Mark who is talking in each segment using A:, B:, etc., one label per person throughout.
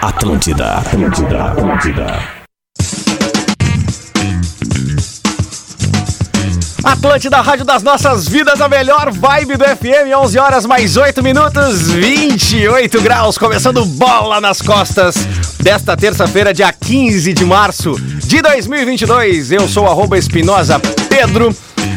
A: Atlântida, Atlântida, Atlântida.
B: Atlântida, Rádio das Nossas Vidas, a melhor vibe do FM, 11 horas mais 8 minutos, 28 graus, começando bola nas costas desta terça-feira, dia 15 de março de 2022. Eu sou arroba Espinosa Pedro,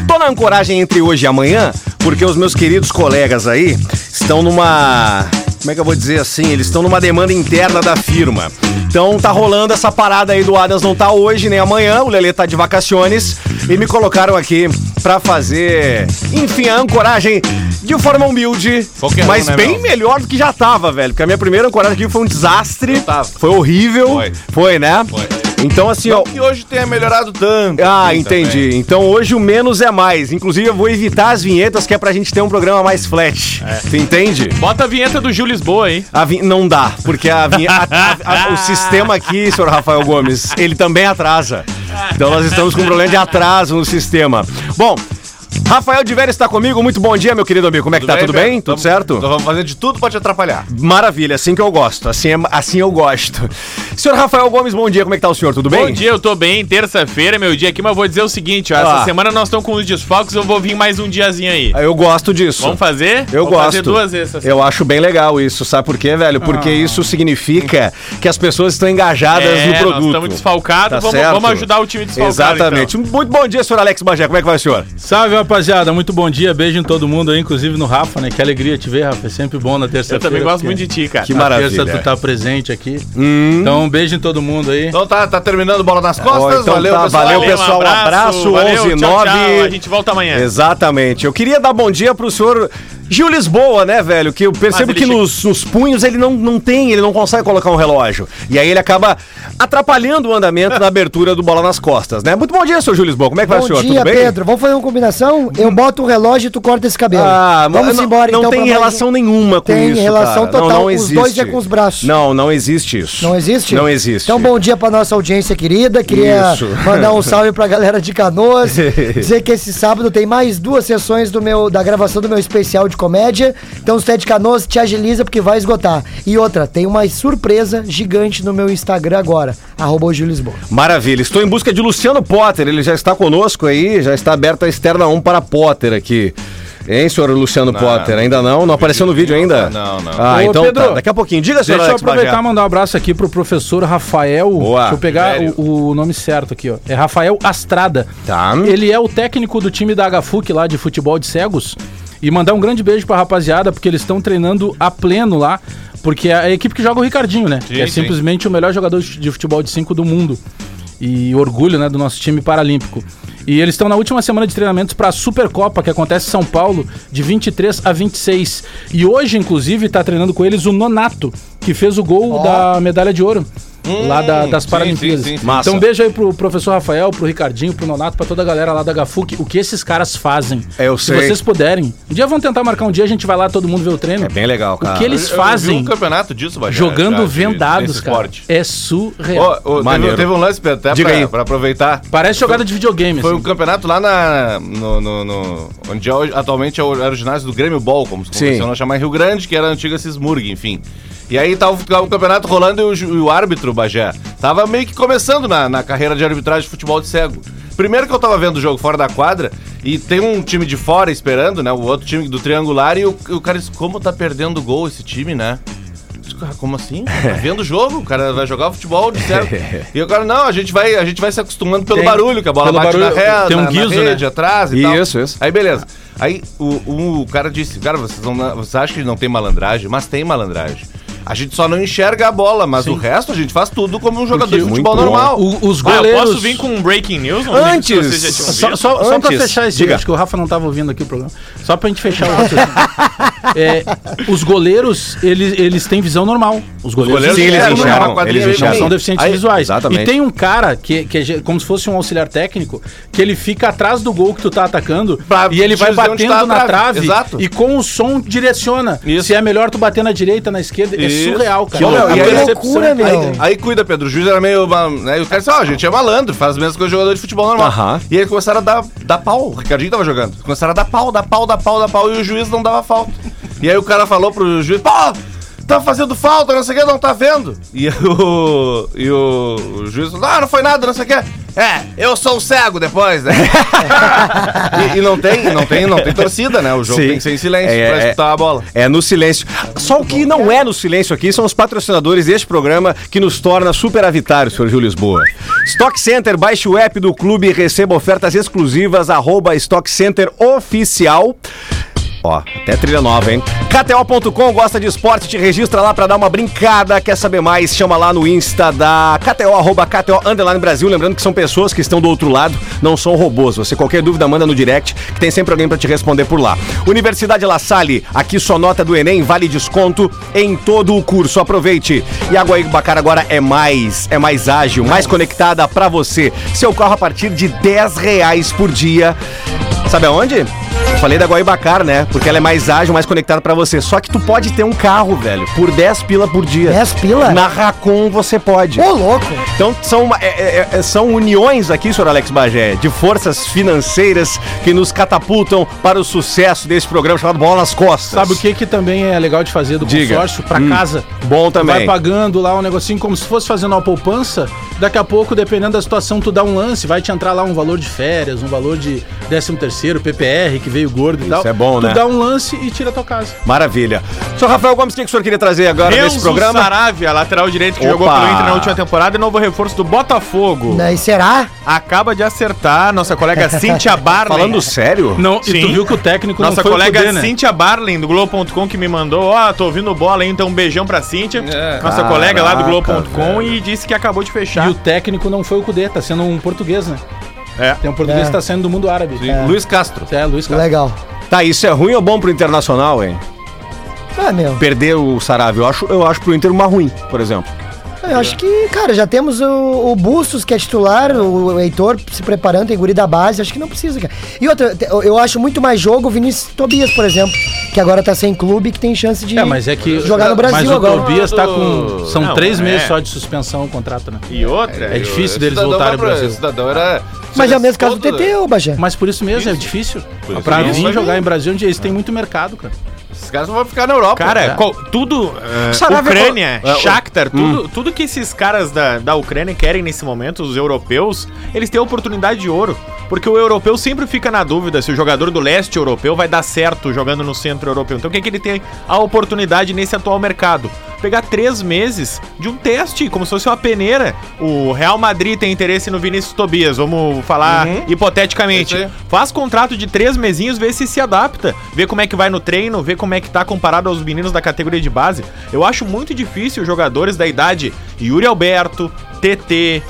B: tô na ancoragem entre hoje e amanhã, porque os meus queridos colegas aí estão numa como é que eu vou dizer assim? Eles estão numa demanda interna da firma. Então tá rolando essa parada aí do Adams não tá hoje nem amanhã, o Lelê tá de vacaciones e me colocaram aqui pra fazer, enfim, a ancoragem de forma humilde,
C: Qualquer um,
B: mas
C: né,
B: bem
C: meu?
B: melhor do que já tava, velho. Porque a minha primeira ancoragem aqui foi um desastre,
C: Eu tava.
B: foi horrível, foi,
C: Foi.
B: né?
C: Foi.
B: Então assim, ó,
C: Não que hoje tenha melhorado tanto.
B: ah,
C: assim,
B: entendi.
C: também.
B: Então hoje o menos é mais. Inclusive eu vou evitar as vinhetas que é pra gente ter um programa mais flat.
D: É.
B: Tu entende?
D: Bota a vinheta do Gil Lisboa aí.
B: A vin- Não dá, porque a vinhe- a- a- a- o sistema aqui, senhor Rafael Gomes, ele também atrasa. Então nós estamos com um problema de atraso no sistema. Bom, Rafael de Vera está comigo. Muito bom dia, meu querido amigo. Como é que tá? Tudo bem?
C: Beto?
B: Tudo
C: Tamo-
B: certo?
C: Nós vamos fazer de tudo pra te atrapalhar.
B: Maravilha, assim que eu gosto. Assim, é- assim eu gosto. Senhor Rafael Gomes, bom dia. Como é que tá o senhor? Tudo bem?
D: Bom dia, eu tô bem. Terça-feira é meu dia aqui, mas vou dizer o seguinte, ó.
B: Ah.
D: Essa semana nós estamos com os desfalques, eu vou vir mais um diazinho aí.
B: Eu gosto disso.
D: Vamos fazer?
B: Eu
D: Vamos
B: gosto.
D: fazer duas vezes essa Ah.
B: Eu acho bem legal isso, sabe por quê, velho? Porque isso significa que as pessoas estão engajadas
D: É,
B: no
D: nós
B: produto.
D: estamos desfalcados,
B: Tá
D: vamos-
B: certo?
D: vamos ajudar o time desfalcado, então.
B: Exatamente. Muito bom dia, senhor Alex Bagé. Como é que vai, senhor?
E: Salve, rapaziada. Muito bom dia. Beijo em todo mundo aí, inclusive no Rafa, né? Que alegria te ver, Rafa. É sempre bom na terça-feira.
D: Eu também gosto muito de
E: ti.
D: ti, cara.
B: Que
E: na
B: maravilha. Hum.
E: terça tu tá presente aqui. Então, um beijo em todo mundo aí.
C: Então tá, tá terminando bola nas
B: Ó,
C: costas.
B: então
C: valeu,
B: tá,
C: pessoal.
B: valeu, pessoal.
D: um
B: abraço,
D: valeu,
B: 11,
D: tchau,
B: 9.
D: Tchau, a gente volta amanhã.
B: Exatamente. Eu queria dar bom dia pro senhor Gil Lisboa, né, velho? Que eu percebo
D: ele
B: que
D: chega-
B: nos, nos punhos ele não, não tem, ele não consegue colocar um relógio. E aí ele acaba atrapalhando o andamento na abertura do bola nas costas, né? Muito bom dia, senhor Gil Lisboa. Como é que vai,
F: Bom
B: senhor?
F: dia, Pedro. Vamos fazer uma combinação? Eu boto o relógio e tu corta esse cabelo.
B: Ah,
F: Vamos
B: não,
F: embora,
B: não
F: então.
B: tem
F: pra mais-
B: relação nenhuma com
F: Tem
B: isso,
F: relação
B: cara. Não,
F: total.
B: não
F: Os dois é com os braços.
B: Não, não existe isso.
F: Não existe?
B: Não existe.
F: Então, bom dia pra nossa audiência querida. Queria
B: Isso.
F: mandar um salve pra galera de Canoas. dizer que esse sábado tem mais duas sessões do meu, da gravação do meu especial de comédia. Então, se tu é de Canoas, te agiliza porque vai esgotar. E outra, tem uma surpresa gigante no meu Instagram agora. Arroba o Gil Lisboa.
B: Maravilha. Estou em busca de Luciano Potter. Ele já está conosco aí, já está aberta a externa 1 para Potter aqui. Hein, senhor Luciano Potter? Ainda não? Não apareceu no vídeo ainda?
C: Não, não.
B: Ah,
E: Ô,
B: então
E: Pedro,
B: tá. Daqui a pouquinho. Diga, senhor
E: Deixa eu
B: Alex
E: aproveitar e
B: Bagé.
E: mandar um abraço aqui pro professor Rafael.
B: Boa,
E: Deixa eu pegar
C: velho.
E: o, o nome certo aqui, ó. É Rafael Astrada.
B: Tá.
E: Ele é o técnico do time da HFUC lá de futebol de cegos. E mandar um grande beijo pra rapaziada, porque eles estão treinando a pleno lá. Porque é a equipe que joga o Ricardinho, né? que é
C: sim.
E: simplesmente o melhor jogador de futebol de 5 do mundo. E orgulho, né, do nosso time paralímpico. E eles estão na última semana de treinamentos para a Supercopa, que acontece em São Paulo, de 23 a 26. E hoje, inclusive, tá treinando com eles o Nonato, que fez o gol da medalha de ouro. lá da- das
C: sim,
E: Paralimpíadas.
C: sim, sim, sim.
B: Massa.
E: Então, beijo aí pro professor Rafael, pro Ricardinho, pro Nonato, pra toda a galera lá da Gafuc. O que esses caras fazem?
B: É, eu sei.
E: Se vocês puderem. Um dia vão tentar marcar um dia, a gente vai lá, todo mundo vê o treino.
B: É bem legal, cara.
E: O que
C: Eu-
E: eles
C: eu
E: fazem
C: vi um campeonato disso, Bagé,
E: jogando
C: já, de-
E: vendados,
C: desse
E: cara,
C: esporte.
E: é surreal.
C: Ó, ó,
B: Maneiro.
C: teve, teve um lance Pedro, até
B: Diga
C: pra,
B: aí.
C: pra aproveitar.
E: Parece jogada de videogame,
C: Foi um
E: assim.
C: campeonato lá na. No, no- no- onde é hoje- atualmente é o, era o ginásio do Grêmio Ball, como se
B: Sim.
C: convencionou chamar em Rio Grande, que era a antiga Cismurg, enfim. E aí tava, tava o campeonato rolando e o, ju- e o árbitro, Bagé, tava meio que começando na, na carreira de arbitragem de futebol de cego. Primeiro que eu tava vendo o jogo fora da quadra, e tem um time de fora esperando, né? O outro time do triangular, e o, o cara disse, como tá perdendo gol esse time, né? Ah, Como assim? Tá vendo o jogo? O cara vai jogar futebol de cego. E o cara, não, a gente vai, a gente vai se acostumando pelo
E: Tem-
C: barulho, que a bola
E: pelo
C: bate na
E: barulho,
C: ré,
E: tem um
C: na, na
E: guiso, né?
C: rede, atrás e tal.
B: Isso, isso.
C: Aí beleza. Aí o, um, o cara disse, cara, vocês, não, vocês acham que não tem malandragem? Mas tem malandragem. A gente só não enxerga a bola, mas o resto a gente faz tudo como um jogador de
B: muito
C: futebol
B: bom.
C: normal.
E: O- os
D: Ah, eu
E: goleiros...
D: posso vir com um breaking news? Não lembro se vocês
B: Antes,
D: já tinham
B: só,
D: visto.
B: só, só
E: Só pra
B: antes,
E: fechar esse
B: diga.
E: acho que o Rafa não tava ouvindo aqui o programa. Só pra gente fechar o raciocínio. É, os goleiros, eles, eles têm visão normal. Os goleiros,
B: Sim, eles
C: enxergam,
B: enxergam,
C: uma quadrilha
B: eles
C: de
B: enxergam.
E: são deficientes
B: Aí,
E: visuais.
B: exatamente.
E: E tem um cara que, que é ge- como se fosse um auxiliar técnico, que ele fica atrás do gol que tu tá atacando
C: Pra
E: e ele
C: te
E: vai
C: dizer onde
E: batendo
C: tá a
E: na
C: trave.
E: trave
C: Exato.
E: e com o som direciona.
C: Isso.
E: Se é melhor tu bater na direita, na esquerda,
C: Isso.
E: é surreal, cara.
C: Que louco.
E: A
C: E aí-
E: percepção
F: loucura,
E: que
F: meu.
E: tem.
C: Aí, aí cuida, Pedro. O juiz era meio. ma- Né? E o cara disse: Ó, a gente é malandro, faz as mesmas coisas de jogador de futebol normal.
B: Aham.
C: E aí começaram a dar, dar pau. O Ricardinho tava jogando. Começaram a dar pau, dar pau, dar pau, dar pau. E o juiz não dava falta. E aí o cara falou pro juiz: pô, tá fazendo falta, não sei o que, não tá vendo. E o, e o, o juiz falou, ah, não foi nada, não sei o que. É, eu sou cego depois, né? e, e não tem, não tem, não tem torcida, né? O jogo
B: Sim.
C: tem que ser em silêncio
B: É,
C: pra
B: é.
C: escutar a bola.
B: É no silêncio. Só o que não é no silêncio aqui são os patrocinadores deste programa que nos torna superavitários, senhor Júlio Lisboa. Stock Center, baixe o app do clube e receba ofertas exclusivas, arroba Stock Center Oficial. Ó, até trilha nova, hein? KTO.com gosta de esporte, te registra lá pra dar uma brincada. Quer saber mais? Chama lá no Insta da KTO, arroba KTO Underline Brasil. Lembrando que são pessoas que estão do outro lado, não são robôs. Você qualquer dúvida, manda no direct, que tem sempre alguém pra te responder por lá. Universidade La Salle, aqui sua nota do Enem vale desconto em todo o curso. Aproveite. E a Guaíba Bacar agora é mais, é mais ágil, mais conectada pra você. Seu carro a partir de 10 reais por dia. Sabe aonde? Falei da Guaibacar, né? Porque ela é mais ágil, mais conectada pra você. Só que tu pode ter um carro, velho, por 10 pila por dia.
F: 10 pila?
B: Na Racon você pode.
F: Ô, louco!
B: Então são, uma- é- é- é- são uniões aqui, senhor Alex Bagé, de forças financeiras que nos catapultam para o sucesso desse programa chamado Bola nas Costas.
E: Sabe o que, que também é legal de fazer do
B: Diga. Hum,
E: consórcio pra casa?
B: Bom também.
E: Vai pagando lá um negocinho como se fosse fazendo uma poupança. Daqui a pouco, dependendo da situação, tu dá um lance, vai te entrar lá um valor de férias, um valor de 13 terceiro, PPR, que veio gordo e tal.
B: é bom,
E: tu
B: né?
E: dá um lance e tira a tua casa.
B: Maravilha. Senhor Rafael Gomes, o que que o senhor queria trazer agora nesse
D: Renzo
B: programa?
D: Saravia, lateral direito que jogou
B: Opa!
D: pelo Inter na última temporada, e novo reforço do Botafogo.
F: Daí Né, será?
D: Acaba de acertar nossa colega Cíntia Barley.
B: Falando sério?
E: Não, e tu
D: Sim.
E: viu que o técnico
D: Nossa
E: não foi o
D: colega é assim,
E: Kudê, né?
D: Cíntia Barlen, do Globo.com, que me mandou, ó, tô ouvindo bola, hein, então um beijão pra Cíntia. nossa colega lá do Globo.com e disse que acabou
E: É.
D: de
E: E
D: fechar.
E: o técnico não foi o Cudê, tá sendo um português, né?
D: É.
E: Tem um português
F: É.
E: que tá saindo do mundo árabe. É.
C: Luiz Castro.
E: É, Luiz Castro.
F: Legal.
B: Tá, isso é ruim ou bom pro Internacional, hein?
F: Ah, meu.
B: Perder o Saravia, eu acho, eu acho pro Inter uma ruim, por exemplo.
F: Eu acho que, cara, já temos o, o Bustos, que é titular, o Heitor se preparando, tem guri da base, acho que não precisa, cara. E outra, te- eu- eu acho muito mais jogo o Vinícius Tobias, por exemplo, que agora tá sem clube e que tem chance de
E: É, mas é que.
F: jogar no Brasil
E: mas o
F: agora.
E: Tobias tá com. São
D: Não,
E: três
D: é.
E: meses só de suspensão o contrato, né?
D: E outra.
E: É
D: eu-
E: difícil deles
C: Cidadão
E: voltarem
C: vai
E: pro
C: pra-
E: Brasil.
C: Cidadão era...
F: Mas é o mesmo caso do
C: todo-
F: TT, ô Bajé.
E: Mas por isso mesmo, é difícil.
C: isso
E: pra
C: mesmo.
E: vir jogar em Brasil, onde eles têm muito mercado, cara.
C: Esses caras não vão ficar na Europa. né?
D: Cara,
E: É.
D: qual- tudo. eh,
B: Saravia-
D: Ucrânia,
B: É, o-
D: Shakhtar, tudo, tudo que esses caras da, da Ucrânia querem nesse momento, os europeus, eles têm a oportunidade de ouro. Porque o europeu sempre fica na dúvida se o jogador do leste europeu vai dar certo jogando no centro europeu. Então o que, é que ele tem a oportunidade nesse atual mercado? Pegar três meses de um teste, como se fosse uma peneira. O Real Madrid tem interesse no Vinícius Tobias, vamos falar hipoteticamente.
C: Isso aí.
D: Faz contrato de três mesinhos, vê se se adapta, vê como é que vai no treino, vê como é que tá comparado aos meninos da categoria de base. Eu acho muito difícil os jogadores da idade Yuri Alberto, TT,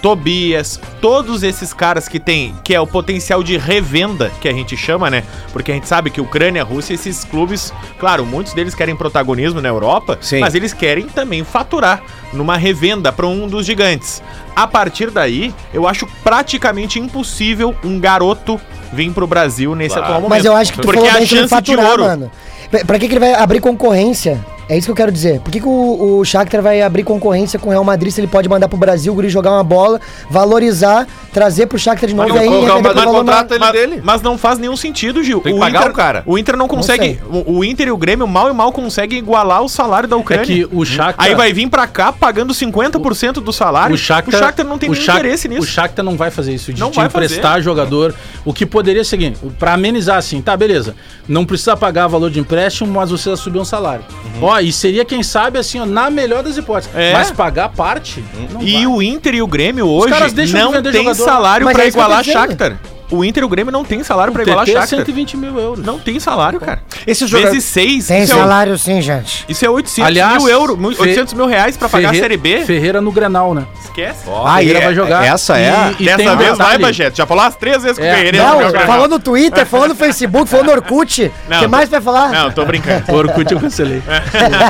D: Tobias, todos esses caras que tem, que é o potencial de revenda que a gente chama, né? Porque a gente sabe que Ucrânia, Rússia, esses clubes, claro, muitos deles querem protagonismo na Europa,
B: Sim.
D: mas eles querem também faturar numa revenda para um dos gigantes. A partir daí, eu acho praticamente impossível um garoto vir pro Brasil nesse
C: Claro.
D: atual momento.
F: Mas eu acho que tu
D: Porque
F: falou
D: a
F: bem sobre
D: chance de
F: faturar,
D: ouro.
F: mano. Pra- Pra que, que ele vai abrir concorrência? É isso que eu quero dizer. Por que, que o, o Shakhtar vai abrir concorrência com o Real Madrid se ele pode mandar pro Brasil, o guri jogar uma bola, valorizar, trazer pro Shakhtar de novo
C: Mas
F: aí
C: o Real
F: arrebentar
C: Madrid
F: com o valor
C: contrata
F: na-
C: ele
D: mas,
C: dele.
D: mas não faz nenhum sentido, Gil.
C: Tem que pagar
D: Inter,
C: o cara.
D: O Inter não consegue. o, o Inter e o Grêmio mal e mal conseguem igualar o salário da
E: É
D: Ucrânia. Uhum.
E: que o Shakhtar...
D: Aí vai vir pra cá pagando 50% do salário.
E: O Shakhtar,
D: não tem
E: o
D: nenhum
E: Shak-
D: interesse
E: O
D: nisso.
E: Shakhtar não vai fazer isso, de
D: Não
E: te
D: vai fazer.
E: emprestar jogador. O que poderia seguir, pra amenizar assim, tá, beleza. Não precisa pagar valor de empréstimo, mas você vai subir um salário. Ó, e seria, quem sabe, assim, ó, na melhor das hipóteses.
D: Uhum. É. Uhum.
E: Mas pagar parte, não
D: E
E: vai.
D: o Inter e o Grêmio hoje
E: caras deixam de
D: não
E: vender
D: tem
E: jogador.
D: salário
F: Mas
D: pra
F: é isso que eu tô
D: igualar
F: dizendo.
D: Shakhtar. O Inter e o Grêmio não tem salário pra
E: O
D: igualar
E: TT é
D: Shakhtar.
E: 120 mil euros.
D: Não tem salário, cara.
B: Esses
D: Vezes 6,
F: Tem
D: isso, é, o-
F: salário sim, gente.
D: isso é 800
E: Aliás,
D: mil euros,
E: Fe-
D: 800 mil reais pra pagar
E: Ferre-
D: a Série B.
E: Ferreira no Grenal, né?
D: Esquece.
B: Ah, e
E: Ferreira
B: é-
E: vai jogar.
B: Essa é. a-
E: E- e tem
D: Dessa
E: um
D: vez vai,
E: detalhe.
D: Bajeto. Já falou as três vezes que
E: É.
D: o Ferreira
F: Não,
D: ia jogar.
F: falou no Twitter, falou no Facebook, falou no Orkut. O
D: Não,
F: que mais vai falar?
D: Não, tô brincando.
E: O Orkut eu cancelei.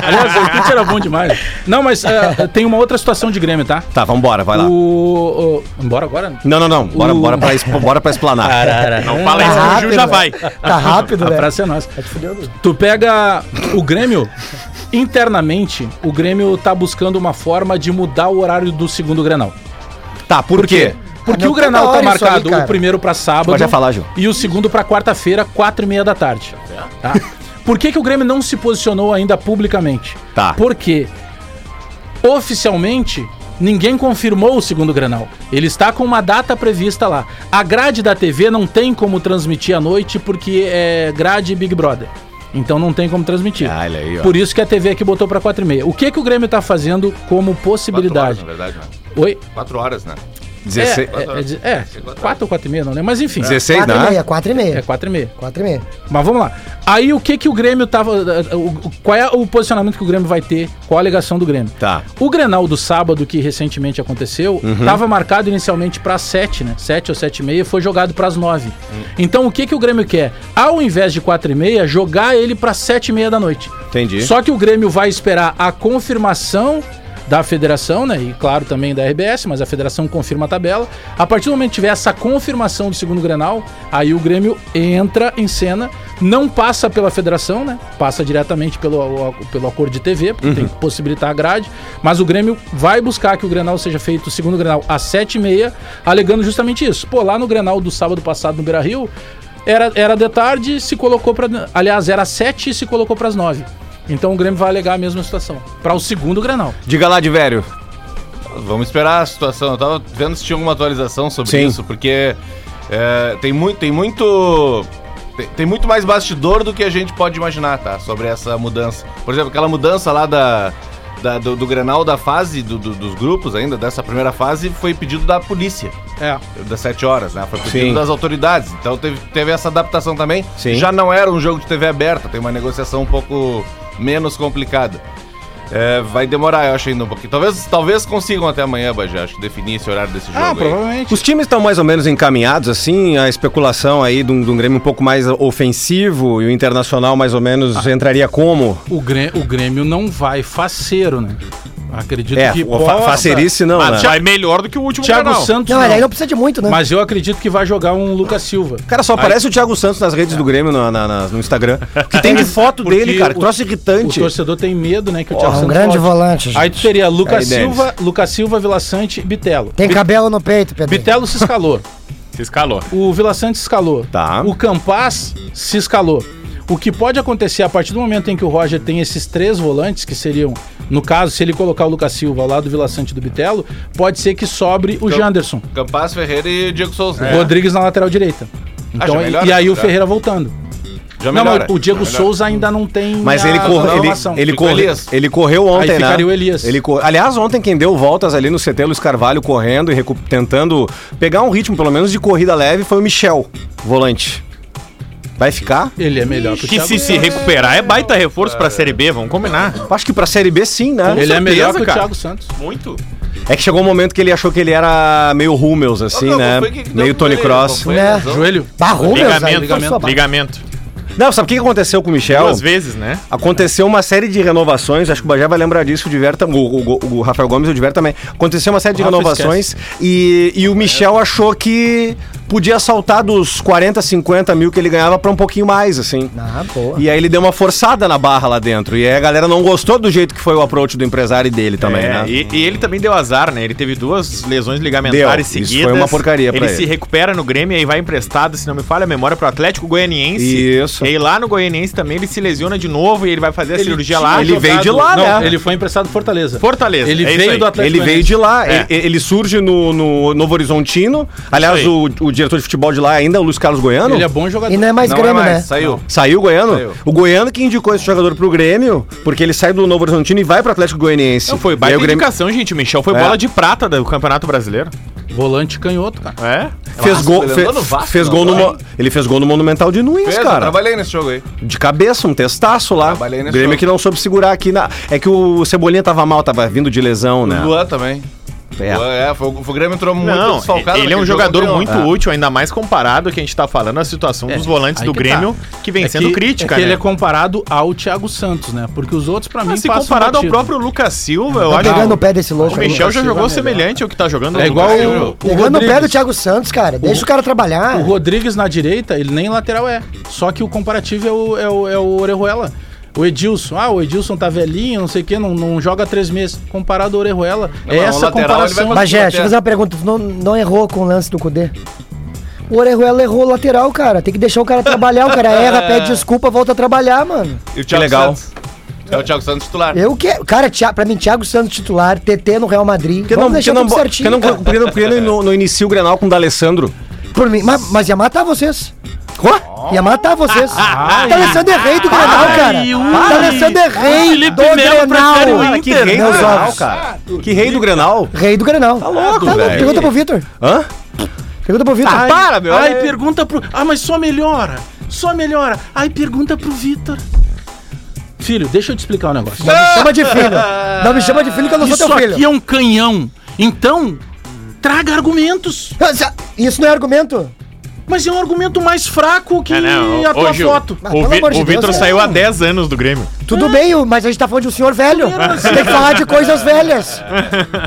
E: Aliás, o Orkut era bom demais. Não, mas eh, tem uma outra situação de Grêmio, tá?
B: Tá, vambora, vai lá.
E: O, o- Embora agora? né?
B: Não, não, não. Bora,
E: O-
B: bora, pra, es- bora pra explanar.
D: Não fala isso, que o Gil já vai.
F: Tá rápido,
E: A
F: né?
E: praça é nossa. Tu pega o Grêmio. Internamente, o Grêmio tá buscando uma forma de mudar o horário do segundo Grenal.
B: Tá, por, quê?
E: Porque
F: Ah, não,
E: o Grenal
F: toda
E: tá
F: hora isso aí,
E: marcado
F: cara.
E: o primeiro pra sábado
B: Pode já falar, Gil.
E: e o segundo pra quarta-feira, quatro e meia da tarde. Tá? Por que, que o Grêmio não se posicionou ainda publicamente?
C: Tá.
E: Porque oficialmente ninguém confirmou o segundo Grenal. Ele está com uma data prevista lá. A grade da TV não tem como transmitir à noite porque é grade Big Brother. Então não tem como transmitir.
C: Ah, olha aí, ó.
E: Por isso que a TV aqui botou para 4 e meia. O que que o Grêmio tá fazendo
C: Quatro
E: como
C: horas,
E: possibilidade?
C: na verdade, né?
E: Oi?
C: Quatro horas, né?
E: É,
B: 16,
E: é, é, 4 ou 4 e meia, não lembro. Mas enfim,
B: 16
F: 4 e
B: né?
F: meia, 4 e
E: é
F: meia.
E: 4 e meia.
F: 4 e meia.
E: Mas vamos lá. Aí o que que o Grêmio tava. o- o- Qual é o posicionamento que o Grêmio vai ter? Qual a alegação do Grêmio?
B: Tá.
E: O Grenal do sábado, que recentemente aconteceu,
C: Uhum.
E: estava marcado inicialmente para 7, né? 7 ou 7 e meia, foi jogado para as 9.
C: Hum.
E: Então o que que o Grêmio quer? Ao invés de 4 e meia, jogar ele para 7 e meia da noite.
B: Entendi.
E: Só que o Grêmio vai esperar a confirmação da federação, né? E claro, também da RBS, mas a federação confirma a tabela. A partir do momento que tiver essa confirmação do segundo Grenal, aí o Grêmio entra em cena, não passa pela federação, né? Passa diretamente pelo, pelo acordo de TV, porque tem que possibilitar a grade, mas o Grêmio vai buscar que o Grenal seja feito, o segundo Grenal, às 7h30, alegando justamente isso. Pô, lá no Grenal do sábado passado no Beira-Rio, era, era de tarde, se colocou para Aliás, era às 7 e se colocou para as 9. Então o Grêmio vai alegar a mesma situação. Para o segundo Granal.
B: Diga lá de velho.
C: Vamos esperar a situação. Eu tava vendo se tinha alguma atualização sobre
B: Sim.
C: isso, porque é, tem muito. Tem muito. Tem, tem muito mais bastidor do que a gente pode imaginar, tá? Sobre essa mudança. Por exemplo, aquela mudança lá da. da- do, do Grenal da fase do- do- dos grupos ainda, dessa primeira fase, foi pedido da polícia.
E: É.
C: das 7 horas, né? Foi pedido
B: Sim.
C: das autoridades. Então teve, teve essa adaptação também.
B: Sim.
C: Já não era um jogo de TV aberta, tem uma negociação um pouco menos complicada. É, vai demorar, eu acho, ainda um pouquinho. Talvez, talvez consigam até amanhã, Bajé, acho, definir esse horário
B: Ah,
C: desse jogo. aí.
E: provavelmente.
B: Os times estão mais ou menos encaminhados, assim, a especulação aí de um, de um Grêmio um pouco mais ofensivo e o Internacional mais ou menos
E: Ah.
B: entraria como?
E: O Grêmio, o Grêmio não vai faceiro, né? Acredito
B: É,
E: que Ah,
B: o fa-
E: possa.
B: faceirice não, né?
D: Mas vai melhor do que o último
E: Thiago
D: Grenal.
E: Santos.
F: Não,
E: não.
F: ele aí não precisa de muito, né?
E: Mas eu acredito que vai jogar um Lucas Silva.
B: Cara, só aparece o Thiago Santos nas redes do Grêmio na- na- na- no Instagram. Que tem de foto
E: Porque
B: dele, cara.
E: o-
B: que Troço irritante.
E: O torcedor tem medo, né? Que o
F: É
E: Thiago
F: um
E: Santos
F: grande
E: volte.
F: volante, gente.
E: Aí tu teria Lucas
B: Aí, Denis.
E: Silva, Lucas Silva, Vila Sante e Bitelo.
F: Tem cabelo no peito, Pedro.
E: Bitelo se escalou.
D: Se escalou.
E: O Vila Sante se escalou.
B: Tá.
E: O Campaz se escalou. O que pode acontecer a partir do momento em que o Roger tem esses três volantes, que seriam, no caso, se ele colocar o Lucas Silva ao lado do Vila Sante e do Bitelo, pode ser que sobre o Janderson.
C: Campaz, Ferreira e Diego Souza.
B: É.
C: né?
E: Rodrigues na lateral direita. Então,
C: já melhora,
E: e aí
C: já
E: o
C: melhora.
E: Ferreira voltando.
C: Já
E: não,
C: melhora,
E: mas o Diego
C: já melhora.
E: Souza ainda não tem.
B: Mas
E: a
B: ele, cor- ele,
E: programação.
B: ele,
C: Fica o
B: corre-
C: Elias.
B: ele correu ontem,
E: Aí ficaria
B: né?
E: o Elias.
B: Ele cor- Aliás, ontem quem deu voltas ali no CT Luiz Carvalho correndo e recu- tentando pegar um ritmo, pelo menos, de corrida leve foi o Michel, volante. Vai ficar?
E: Ele é melhor que o
D: Que
E: Thiago
D: se se recuperar é baita reforço pra Série B, vamos combinar.
B: Acho que pra Série B sim, né?
E: Ele é
D: certeza,
E: melhor que o
D: cara.
E: Thiago Santos.
D: Muito.
B: É que chegou um momento que ele achou que ele era meio Hummels, assim,
C: Não,
B: né?
C: foi que deu
B: meio
C: no
B: Tony
C: joelho,
B: Cross. É,
C: não foi?
F: Né?
C: Lesão?
E: Joelho.
F: Barrou, meu
D: Ligamento,
F: Zé,
D: ligamento.
F: forçou a barra.
B: Não, sabe o que aconteceu com o Michel?
D: Duas vezes, né?
B: Aconteceu uma série de renovações, acho que o Bajé vai lembrar disso, o Diver tam- o, o- o- o Rafael Gomes e o Diver também. Aconteceu uma série de
E: Rafa
B: renovações e, e o Michel achou que podia saltar dos 40, 50 mil que ele ganhava pra um pouquinho mais, assim.
F: Ah, boa.
B: E aí ele deu uma forçada na barra lá dentro. E aí a galera não gostou do jeito que foi o approach do empresário e dele também,
D: É,
B: né?
D: e, e ele também deu azar, né? Ele teve duas lesões ligamentares
B: Deu. Isso
D: seguidas.
B: foi uma porcaria pra
D: ele.
B: ele.
D: se recupera no Grêmio e aí vai emprestado, se não me falha a memória, pro Atlético Goianiense.
B: Isso.
D: E aí lá no Goianiense também ele se lesiona de novo e ele vai fazer a cirurgia lá.
B: ele veio de lá,
E: não,
B: né?
E: Ele foi emprestado pro Fortaleza.
D: Fortaleza,
E: Ele
D: é isso
E: veio
D: aí.
E: do Atlético.
B: Ele veio de lá,
D: É.
B: ele, ele surge no, no Novo Horizontino. Aliás,
D: aí.
B: o, o diretor de futebol de lá ainda é o Luiz Carlos Goiano.
E: Ele é bom jogador.
F: E não é mais
C: Não é
F: Grêmio,
C: mais,
F: né?
C: saiu.
B: Saiu o Goiano?
C: Saiu.
B: O Goiano que indicou esse jogador pro Grêmio, porque ele sai do Novo Horizontino e vai pro Atlético Goianiense.
D: Não,
B: e
D: foi
B: aí
D: baita
B: o Grêmio
D: indicação, gente. O Michel foi
B: É.
D: bola de prata do Campeonato Brasileiro.
F: é-
E: Volante canhoto, cara.
D: É?
B: fez
C: Vasco,
B: gol,
C: ele
B: fe-
C: andou no Vasco,
B: fez
C: não
B: gol no,
C: andou,
B: Mo- ele fez gol no Monumental de Nunes,
C: Fez, eu
B: cara.
C: trabalhei nesse jogo aí.
B: De cabeça, um testaço lá.
C: Trabalhei
B: O
C: nesse
B: Grêmio
C: jogo.
B: que não soube segurar aqui na é que o Cebolinha tava mal, tava vindo de lesão, né?
C: Luan também.
B: É.
C: Luan, é, foi, o Grêmio entrou muito
D: Não,
C: desfalcado.
D: ele é
C: naquele
D: um
C: jogo,
D: jogador
C: não.
D: muito útil, ainda mais comparado ao que a gente tá falando, a situação dos volantes
E: aí
D: do
E: que
D: Grêmio, que vem sendo
E: que-
D: crítica,
E: é que
D: né?
E: ele é comparado ao Thiago Santos, né? Porque os outros, pra mim,
D: Mas se
E: passam
D: comparado ao
E: batido.
D: próprio Lucas Silva, eu
F: Tá
D: acho que
F: pegando o pé desse
D: o
F: louco aí.
D: Michel já
E: Silva
D: jogou
E: melhor.
D: semelhante ao que tá jogando.
E: É
D: o
E: igual
D: Lucas Silva.
E: o, o
F: Pegando o pé do
E: Rodrigues.
F: Thiago Santos, cara. Deixa o cara trabalhar.
E: O Rodrigues na direita, ele nem lateral é. Só que o comparativo é o, é o, é o Orejuela. O Edilson, ah, o Edilson tá velhinho, não sei o quê, não, não joga há três meses. Comparado ao Orejuela,
C: mas
E: é
C: o
E: essa
C: lateral, ele vai
E: comparação.
C: fazer-
F: Bagé,
C: até-
F: deixa eu fazer uma pergunta. Tu não, não errou com o lance do Cudê? O Orejuela errou o lateral, cara. Tem que deixar o cara trabalhar. O cara erra, pede desculpa, volta a trabalhar, mano.
C: E o Thiago
G: legal.
C: Santos. É o Thiago Santos titular.
F: Eu que. Cara, Thi- pra mim, Thiago Santos titular, TT no Real Madrid.
G: Porque não,
F: Vamos
G: porque
F: deixar
G: não,
F: tudo
G: porque
F: certinho.
G: não, porque não, porque ele não, não inicia o Grenal com o D'Alessandro.
F: Ah, Por mim. Mas, mas ia matar vocês. Ia matar vocês. O D'Alessandro é rei do Grenal,
D: ai,
F: cara.
D: ui.
F: O D'Alessandro é rei do
D: Melo prefere o
C: Ah,
F: Grenal.
G: Que
D: Inter.
G: rei do
F: Meus
G: Grenal,
F: ovos.
G: cara.
B: Ah,
G: Que rei do Grenal.
F: Rei do Grenal. Tá
G: louco, velho.
F: Pergunta pro Vitor.
G: Hã?
F: Pergunta pro Vitor.
E: Tá.
G: Para, meu.
E: Aí
G: é-
E: pergunta pro. Ah, mas só melhora. Só melhora. Aí pergunta pro Vitor. Filho, deixa eu te explicar um negócio.
F: Não me chama de filho. Não me chama de filho que eu não sou
E: Isso
F: teu
E: aqui
F: filho.
E: é um canhão. Então, traga argumentos.
F: Isso não é argumento?
E: Mas é um argumento mais fraco que
D: É, não,
E: a tua
D: hoje o-
E: foto.
F: Mas,
D: O,
F: pelo
D: Vi-
F: amor de
D: o
F: Deus, né?
D: Vitor
F: cara.
D: saiu há 10 anos do Grêmio.
F: Tudo bem, mas a gente tá falando de um senhor velho. Tem que falar de coisas velhas.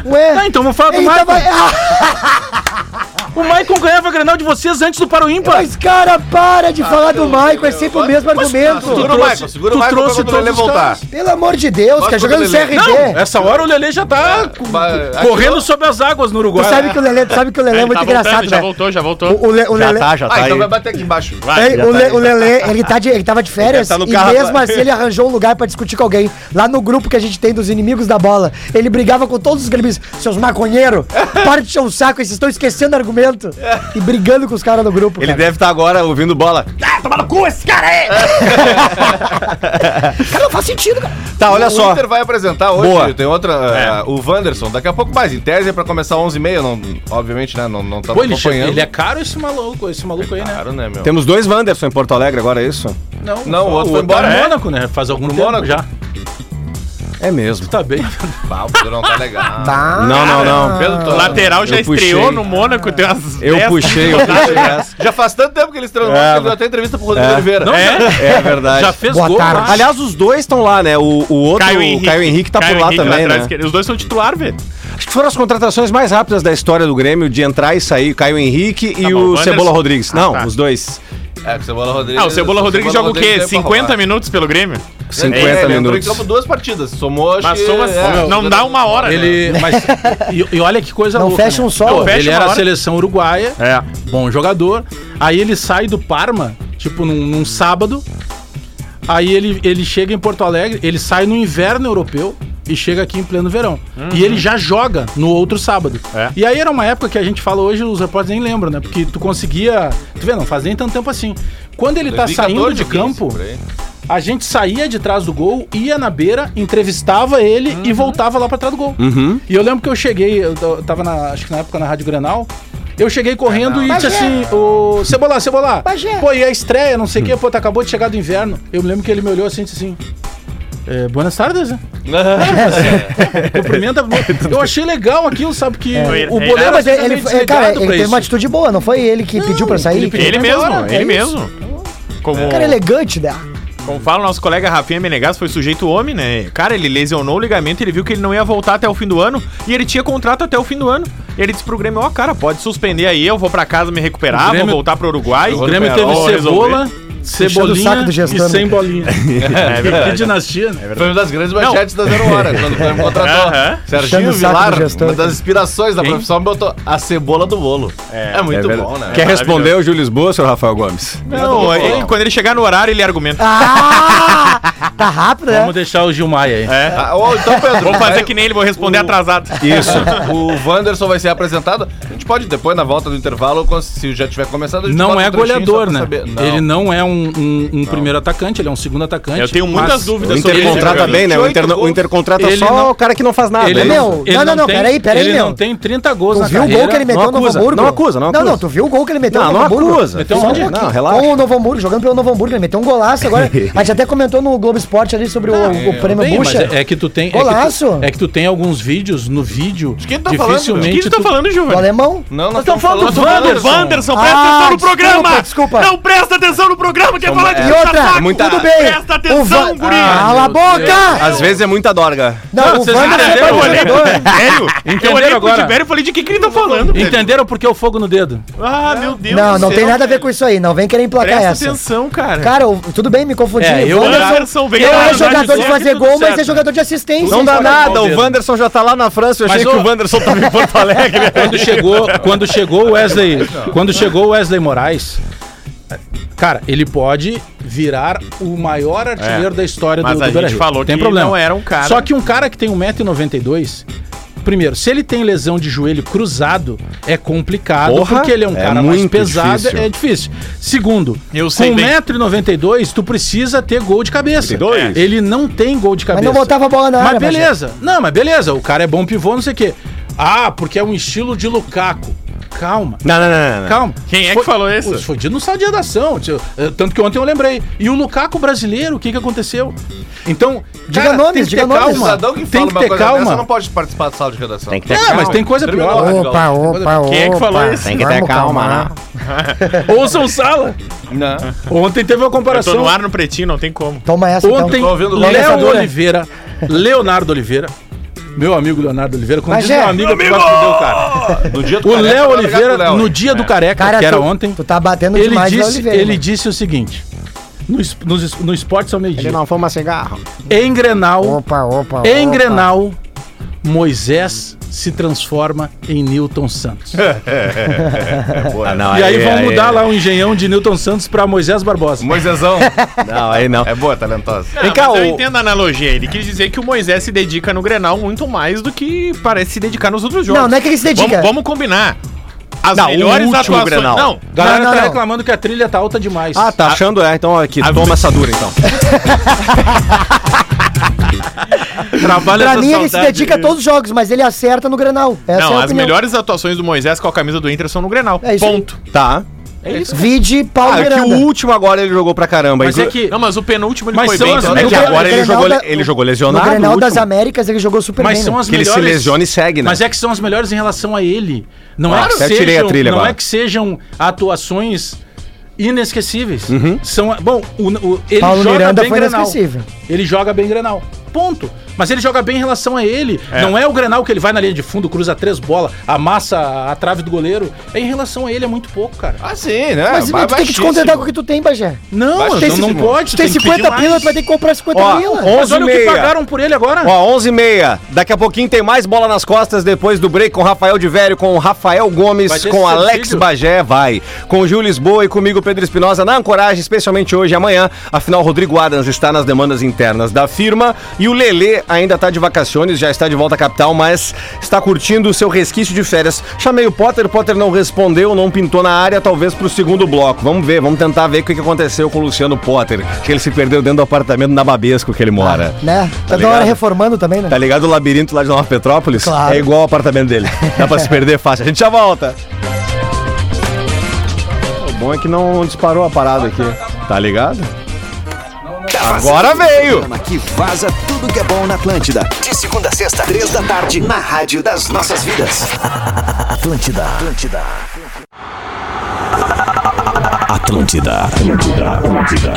F: Ué.
E: Tá, então vamos falar do
F: Eita,
E: Maicon.
F: vai- Ah,
E: O Maicon ganhava a Grenal de vocês antes do Paro Ímpar.
F: mas, cara, para de falar do Maicon. É sempre o mesmo
C: Segura
F: argumento.
C: o
E: trouxe-
C: Michael, segura
E: tu
C: o Michael pra
E: trouxe
C: quando ele
E: todos os
C: voltar.
F: Pelo amor de Deus,
C: Bota
F: cara. Jogando
C: o Lelê.
F: CRB.
E: Essa hora o Lelê já tá
C: Vai-
E: correndo
C: aquilo-
E: sobre as águas no
F: Tu
E: Uruguai.
F: sabe que o Lelê, tu sabe que o Lelê é muito engraçado,
D: já
F: velho.
D: voltou, já tá, voltou.
F: O, o, Le- o Lelê,
B: tá, já
C: Ah, então vai bater aqui embaixo.
F: Ei, o, Le- o Lelê, ele, tá de- ele tava de férias
B: Ele tá no
F: e
B: carro
F: mesmo
B: agora.
F: assim ele arranjou um lugar pra discutir com alguém. Lá no grupo que a gente tem dos inimigos da bola, ele brigava com todos os gremistas. Seus maconheiros, para de encher o saco, vocês estão esquecendo argumento. E brigando com os caras no grupo,
B: Ele
F: cara.
B: deve estar agora ouvindo bola.
F: Cara, não faz sentido, cara.
B: Tá, olha
C: o
B: só.
C: Inter vai apresentar hoje,
B: Boa.
C: tem outra, eh, o Wanderson, daqui a pouco mais, em tese é pra começar 11h30, não, obviamente, né, não, não tá
E: Pô, ele, che- ele é caro esse maluco, esse maluco aí, né?
C: Claro, né, meu?
B: Temos dois Wanderson em Porto Alegre agora, é isso?
E: Não,
C: Não,
E: só
C: o outro foi
E: tá
C: embora,
E: no
C: é?
E: Mônaco, né? Faz algum tempo
C: Mônaco.
E: já.
B: É mesmo.
E: Tá bem.
C: Ah, o Pedro não tá legal.
B: Não, não, não.
C: Pedro,
D: O
C: tô-
D: lateral já
B: eu puxei.
D: estreou no Mônaco, deu umas
B: Eu
D: 10
B: puxei, eu puxei essa.
C: né? Já faz tanto tempo que eles treinam,
B: É,
C: que deu até entrevista pro Rodrigo
B: É.
C: Oliveira.
E: Não, já,
B: É verdade.
E: já fez
F: Boa
E: gol.
F: tarde.
E: lá.
B: Aliás, os dois estão lá, né? O, o outro,
D: Caio Henrique.
B: o Caio Henrique tá por lá
D: Henrique
B: também,
D: atrás
B: né?
D: esquerdo. Os dois são titular, velho.
B: Acho que foram as contratações mais rápidas da história do Grêmio, de entrar e sair. Caio Henrique e
D: Tá bom,
B: o
D: Wanderson.
B: Cebola Rodrigues. Não,
D: tá.
B: os dois.
C: É, o Cebola Rodrigues...
D: Ah, o Cebola Rodrigues joga o quê?
C: veio pra
D: 50
C: roubar.
D: minutos pelo Grêmio?
B: 50
C: É, ele entrou em
B: minutos.
C: campo duas partidas, somou, acho
D: Mas
C: que-
D: soma-
C: é,
D: não dá uma hora, né?
E: Ele, mas, e, e olha que coisa
F: Não
E: louca. né?
F: fecha um solo.
E: Pô,
D: Não fecha
E: ele
D: uma
E: era a
D: hora.
E: seleção uruguaia,
D: É.
E: bom jogador. Aí ele sai do Parma, tipo num, num sábado. Aí ele, ele chega em Porto Alegre, ele sai no inverno europeu e chega aqui em pleno verão. E
C: Uhum.
E: ele já joga no outro sábado.
D: É.
E: E aí era uma época que a gente fala hoje, os repórteres nem lembram, né? Porque tu conseguia. Tu vê, não faz nem tanto tempo assim. Quando ele tá
C: 2014,
E: saindo de
C: 15,
E: campo,
C: por aí.
E: a gente saía de trás do gol, ia na beira, entrevistava ele e
F: Uhum.
E: voltava lá pra trás do gol. E eu lembro que eu cheguei, eu t- eu tava na, acho que na época na Rádio Granal, eu cheguei correndo e disse
F: Bagé.
E: assim, ô, Cebola, Cebola,
F: Bagé. Hum.
E: pô, e a estreia, não sei o quê, pô, tá acabou de chegar do inverno. Eu me lembro que ele me olhou assim e disse assim, é, buenas tardes, né? Cumprimenta. Eu achei legal aquilo, sabe? Que o
D: Ele-
E: goleiro
F: É. Não, mas
E: às vezes,
F: ele,
E: é meio
F: ele- cara,
E: desligado
F: ele
E: pra
F: teve uma
E: isso.
F: atitude boa, não foi ele que pediu pra sair?
E: ele pediu.
D: Ele
E: Mas
D: mesmo,
E: agora, é
D: ele
E: isso.
D: mesmo. Como,
F: O cara é elegante, né?
D: como fala o nosso colega Rafinha Menegas, foi sujeito homem, né? Cara, ele lesionou o ligamento, ele viu que ele não ia voltar até o fim do ano e ele tinha contrato até o fim do ano. E ele disse pro Grêmio, ó, cara, pode suspender aí, eu vou pra casa me recuperar,
E: O Grêmio-
D: vou voltar pro Uruguai.
E: O Grêmio teve
D: Ó,
E: cebola,
F: Puxando o saco
E: cebolinha
F: do né?
E: e
F: Gestano.
E: sem bolinha.
D: É verdade. É
E: Que dinastia, né?
C: Foi uma das grandes manchetes da Zero Hora, quando foi um contratou.
D: Aham.
F: Puxando
C: Serginho
F: o saco do
C: Vilar,
F: gestor.
C: uma das inspirações da
D: Quem?
C: profissão, botou a cebola do bolo. É, muito
B: É
C: bom,
B: verdade.
C: né? É
B: Quer
D: É
B: responder o Júlio Lisboa, seu Rafael Gomes?
D: Não, ele- quando ele chegar no horário, ele argumenta.
F: Ah! Tá rápido, né?
E: Vamos deixar o Gilmar aí.
D: É.
C: Ah, ou então, Pedro,
D: Vou
C: vai-
D: fazer é que nem ele, vou responder
C: o-
D: atrasado.
B: Isso.
C: O Wanderson vai ser apresentado. A gente pode depois, na volta do intervalo, quando- se já tiver começado, a gente
E: não
C: bota
E: é
C: um trechinho só
E: goleador,
C: pra
E: né?
C: saber. Não.
E: Ele não é um, um- um primeiro atacante, ele é um segundo atacante.
D: Eu tenho muitas
E: mas
B: O
D: dúvidas
B: Inter
E: ele-
B: contrata
D: jogador.
B: bem, né? O
C: 28
B: Inter, o
C: gols.
B: Inter contrata
E: Ele
B: só
E: não-
B: o cara que não faz nada.
E: Ele,
B: né?
F: Meu,
E: não, ele
F: não, não, não,
E: tem-
F: peraí, peraí,
E: Ele
F: meu.
E: não tem 30 gols
F: Tu
E: na
F: viu o
E: carreira.
F: gol que ele meteu
B: não
F: no
B: acusa,
F: Novo Hamburgo?
B: não acusa, não acusa.
F: Não, tu viu o gol que ele meteu
B: Não,
F: no
B: não
F: Novo Hamburgo?
B: acusa.
E: Meteu
F: Só um
E: onde?
F: pouquinho.
B: Não, relaxa.
F: Com o Novo Hamburgo, jogando pelo Novo Hamburgo, ele meteu um golaço agora. A gente até comentou no Globo Esporte ali sobre o, o prêmio
E: Tem, mas
F: Bucha.
E: é, é que tu tem. é que tu-
F: Golaço.
E: É que, tu, tem alguns vídeos no vídeo.
C: quem tu tá falando,
E: dificilmente.
D: O que tu tá falando,
F: O
D: Giovanni?
F: alemão.
C: Não, nós
E: é- Nós estamos falando do
C: do
E: Wanderson.
D: Wanderson, presta
F: Ah,
D: atenção no
F: desculpa,
D: programa!
F: desculpa.
D: Não presta atenção no
H: programa que é falar de
F: E outra,
B: muita-
F: tudo bem.
H: Presta atenção,
F: o Van-
H: guri.
F: Cala a boca!
B: Às vezes é muita dorga.
F: Não, o
E: vocês
F: Wanda foi
E: entenderam,
F: bom jogador.
D: Velho,
E: Entenderam
D: eu olhei pro
E: agora?
D: Tibério e falei, de que que eles estão falando? velho?
E: Entenderam por que o fogo no dedo?
D: Ah, meu Deus
F: Não,
D: do
F: não
D: céu,
F: tem nada a ver
D: velho.
F: com isso aí. Não vem querer emplacar
D: Presta
F: essa.
D: atenção, cara.
F: Cara, o- tudo bem, me confundi.
E: É, eu-
F: Wanda foi-
D: Anderson veio
F: Não
D: lá
F: é
D: atrás
F: jogador
D: do
F: de
D: Zé,
F: fazer
D: tudo
F: gol, mas
D: certo.
F: é jogador de assistência.
B: Não dá
F: Fora-
B: nada, o
E: dedo.
B: Wanderson já tá lá na França, eu
E: Mas,
B: achei que
E: ô-
B: o Wanderson tava em Porto Alegre.
E: Quando chegou, quando chegou o Wesley, quando chegou o Wesley Moraes, cara, ele pode virar o maior artilheiro da história
D: É. Mas
E: do, do
D: a gente
E: Beira-Rio.
D: falou
E: Tem
D: que
E: problema.
D: não era um cara.
E: Só que um cara que tem 1,92m, primeiro, se ele tem lesão de joelho cruzado, é complicado,
B: Porra,
E: porque ele é um
B: é
E: cara mais
B: muito
E: pesado,
B: difícil.
E: é difícil. Segundo,
D: Eu sei
E: com
D: bem.
E: 1,92m, tu precisa ter gol de cabeça. Ele não tem gol de
F: Mas
E: cabeça.
F: não botava a bola na área.
E: Mas beleza. Não, mas beleza. O cara é bom pivô, não sei o quê. Ah, porque é um estilo de Lukaku. Calma.
B: Não, não, não, não.
E: Calma.
D: Quem é que falou isso?
E: Putz, Foi dito no sal de redação. Tio. Eh, Tanto que ontem eu lembrei. E o Lukaku brasileiro, o que, que aconteceu? Então,
F: Diga
E: tem
F: nomes,
E: que ter
F: diga nomes.
E: calma.
C: Cidadão que
E: tem
C: fala
E: que
C: uma
E: ter
C: coisa
E: calma.
C: dessa não pode participar do sala de redação.
B: Tem que ter
E: É,
B: calma.
E: mas tem coisa
C: Terminou.
E: pior.
F: Opa, opa, opa.
D: Quem é que falou isso?
B: Tem que ter
F: Vamos
B: calma, né?
E: Ouçam sala.
C: Não.
E: Ontem teve uma
D: Eu tô
E: comparação.
D: no ar no pretinho, não tem como.
F: Toma essa
E: Ontem,
C: Tô ouvindo logo né?
F: essa
E: Léo
F: dura.
E: Oliveira, Leonardo Oliveira, meu amigo Leonardo Oliveira, quando
F: Mas
E: diz
F: é,
E: meu amigo, é porque gosta de Deus, cara.
C: No dia do
E: O
C: Careca, eu
E: Léo
C: ligado pro
E: Oliveira,
C: Léo,
E: no
C: hein?
E: dia do Careca,
F: Cara,
E: que era
F: tu-
E: ontem,
F: Tu tá batendo
E: ele,
F: demais,
E: disse,
F: né, Oliveira,
E: ele
F: mano?
E: disse o seguinte, no, es- no, es- no Esportes ao meio-dia,
B: fuma cigarro.
E: em Grenal,
F: Opa, opa, opa.
E: em Grenal, Moisés se transforma em Newton Santos.
B: Ah, não,
E: e aí, vão
B: aí-
E: mudar lá o engenhão de Newton Santos pra Moisés Barbosa.
C: Moisésão.
B: Não, aí não.
C: É boa, talentosa.
D: Vem
B: cá,
D: eu
B: o-
D: entendo a analogia. Ele quis dizer que o Moisés se dedica no Grenal muito mais do que parece se dedicar nos outros jogos.
F: Não, não é que ele se dedica.
D: Vamos, vamos combinar. As
B: Não, o
D: melhores
B: último
D: atuações.
B: Grenal.
D: Não,
E: Galera
F: Não, não,
E: tá
F: não.
E: reclamando que a trilha tá alta demais.
B: Ah, tá achando, é, então aqui, toma essa dura então.
D: trabalha
F: Pra
D: essa
F: mim, ele se
D: saudade.
F: dedica a todos os jogos, mas ele acerta no Grenal. Essa
D: Não,
F: é a
D: as
F: opinião.
D: melhores atuações do Moisés com a camisa do Inter são no Grenal.
F: É isso aí.
D: Ponto.
B: Tá.
F: Vide Paulo
B: Ah, é que o
F: Miranda.
B: último agora ele jogou pra caramba.
E: É Mas
B: E-
E: é que,
D: Não, mas o penúltimo ele
E: Mas
D: foi
E: são
D: bem. então.
E: as-
D: também.
B: É que
F: No
B: agora ele
F: Grenal
B: jogou,
F: da-
B: ele jogou
F: No
B: lesionado.
F: Grenal
B: o
F: das
B: último.
F: Américas, ele jogou super
E: mas
F: bem.
E: são
F: né?
E: as
B: Que ele se
E: melhores...
B: lesiona e segue, né?
E: Mas é que são as melhores em relação a ele. Não é que
B: eu
E: sejam,
B: tirei a trilha
E: não
B: agora.
E: é que sejam atuações inesquecíveis.
B: Uhum.
E: São bom, o, o- ele
F: Paulo
E: joga
F: Miranda
E: bem
F: foi
E: Grenal.
F: inesquecível.
E: Ele joga bem Grenal. Ponto. Mas ele joga bem em relação a ele. Não é o Grenal que ele vai na linha de fundo, cruza três bolas, amassa a trave do goleiro. É em relação a ele é muito pouco, cara.
C: Ah, sim, né?
F: Mas
C: Ba-
F: tu tem que te
C: baixíssimo.
F: contentar com o que tu tem, Bagé.
E: Não,
C: Baixíssimo.
E: não, não pode.
F: Tu tem
E: que
F: 50
E: pedir
F: pila,
E: mais.
F: tu vai ter que comprar 50
B: Ó,
F: pila.
B: ó,
E: Mas olha o que
B: 11,5.
E: pagaram por ele agora.
B: Ó, 11 e meia. Daqui a pouquinho tem mais bola nas costas depois do break com Rafael de Vério, com Rafael
E: Vai
B: Gomes,
E: ter
B: com
E: esse
B: Alex
E: vídeo?
B: Bagé, vai. Com Júlio Lisboa e comigo, Pedro Espinosa, na Ancoragem, especialmente hoje e amanhã. Afinal, Rodrigo Adams está nas demandas internas da firma e o Lelê ainda está de vacaciones, já está de volta à capital, mas está curtindo o seu resquício de férias. Chamei o Potter, o Potter não respondeu, não pintou na área, talvez para o segundo bloco. Vamos ver, vamos tentar ver o que que aconteceu com o Luciano Potter, que ele se perdeu dentro do apartamento na Babesco que ele mora.
F: Né? Tá da
B: ligado?
F: hora reformando também, né?
B: Tá ligado o labirinto lá de Nova Petrópolis?
F: Claro.
B: É igual ao apartamento dele. Dá pra se perder fácil. A gente já volta. O bom é que não disparou a parada aqui. Tá ligado? Agora veio!
A: programa que vaza tudo que é bom na Atlântida. De segunda a sexta, três da tarde, na Rádio das Nossas Vidas. Atlântida, Atlântida.
I: Atlântida, Atlântida, Atlântida.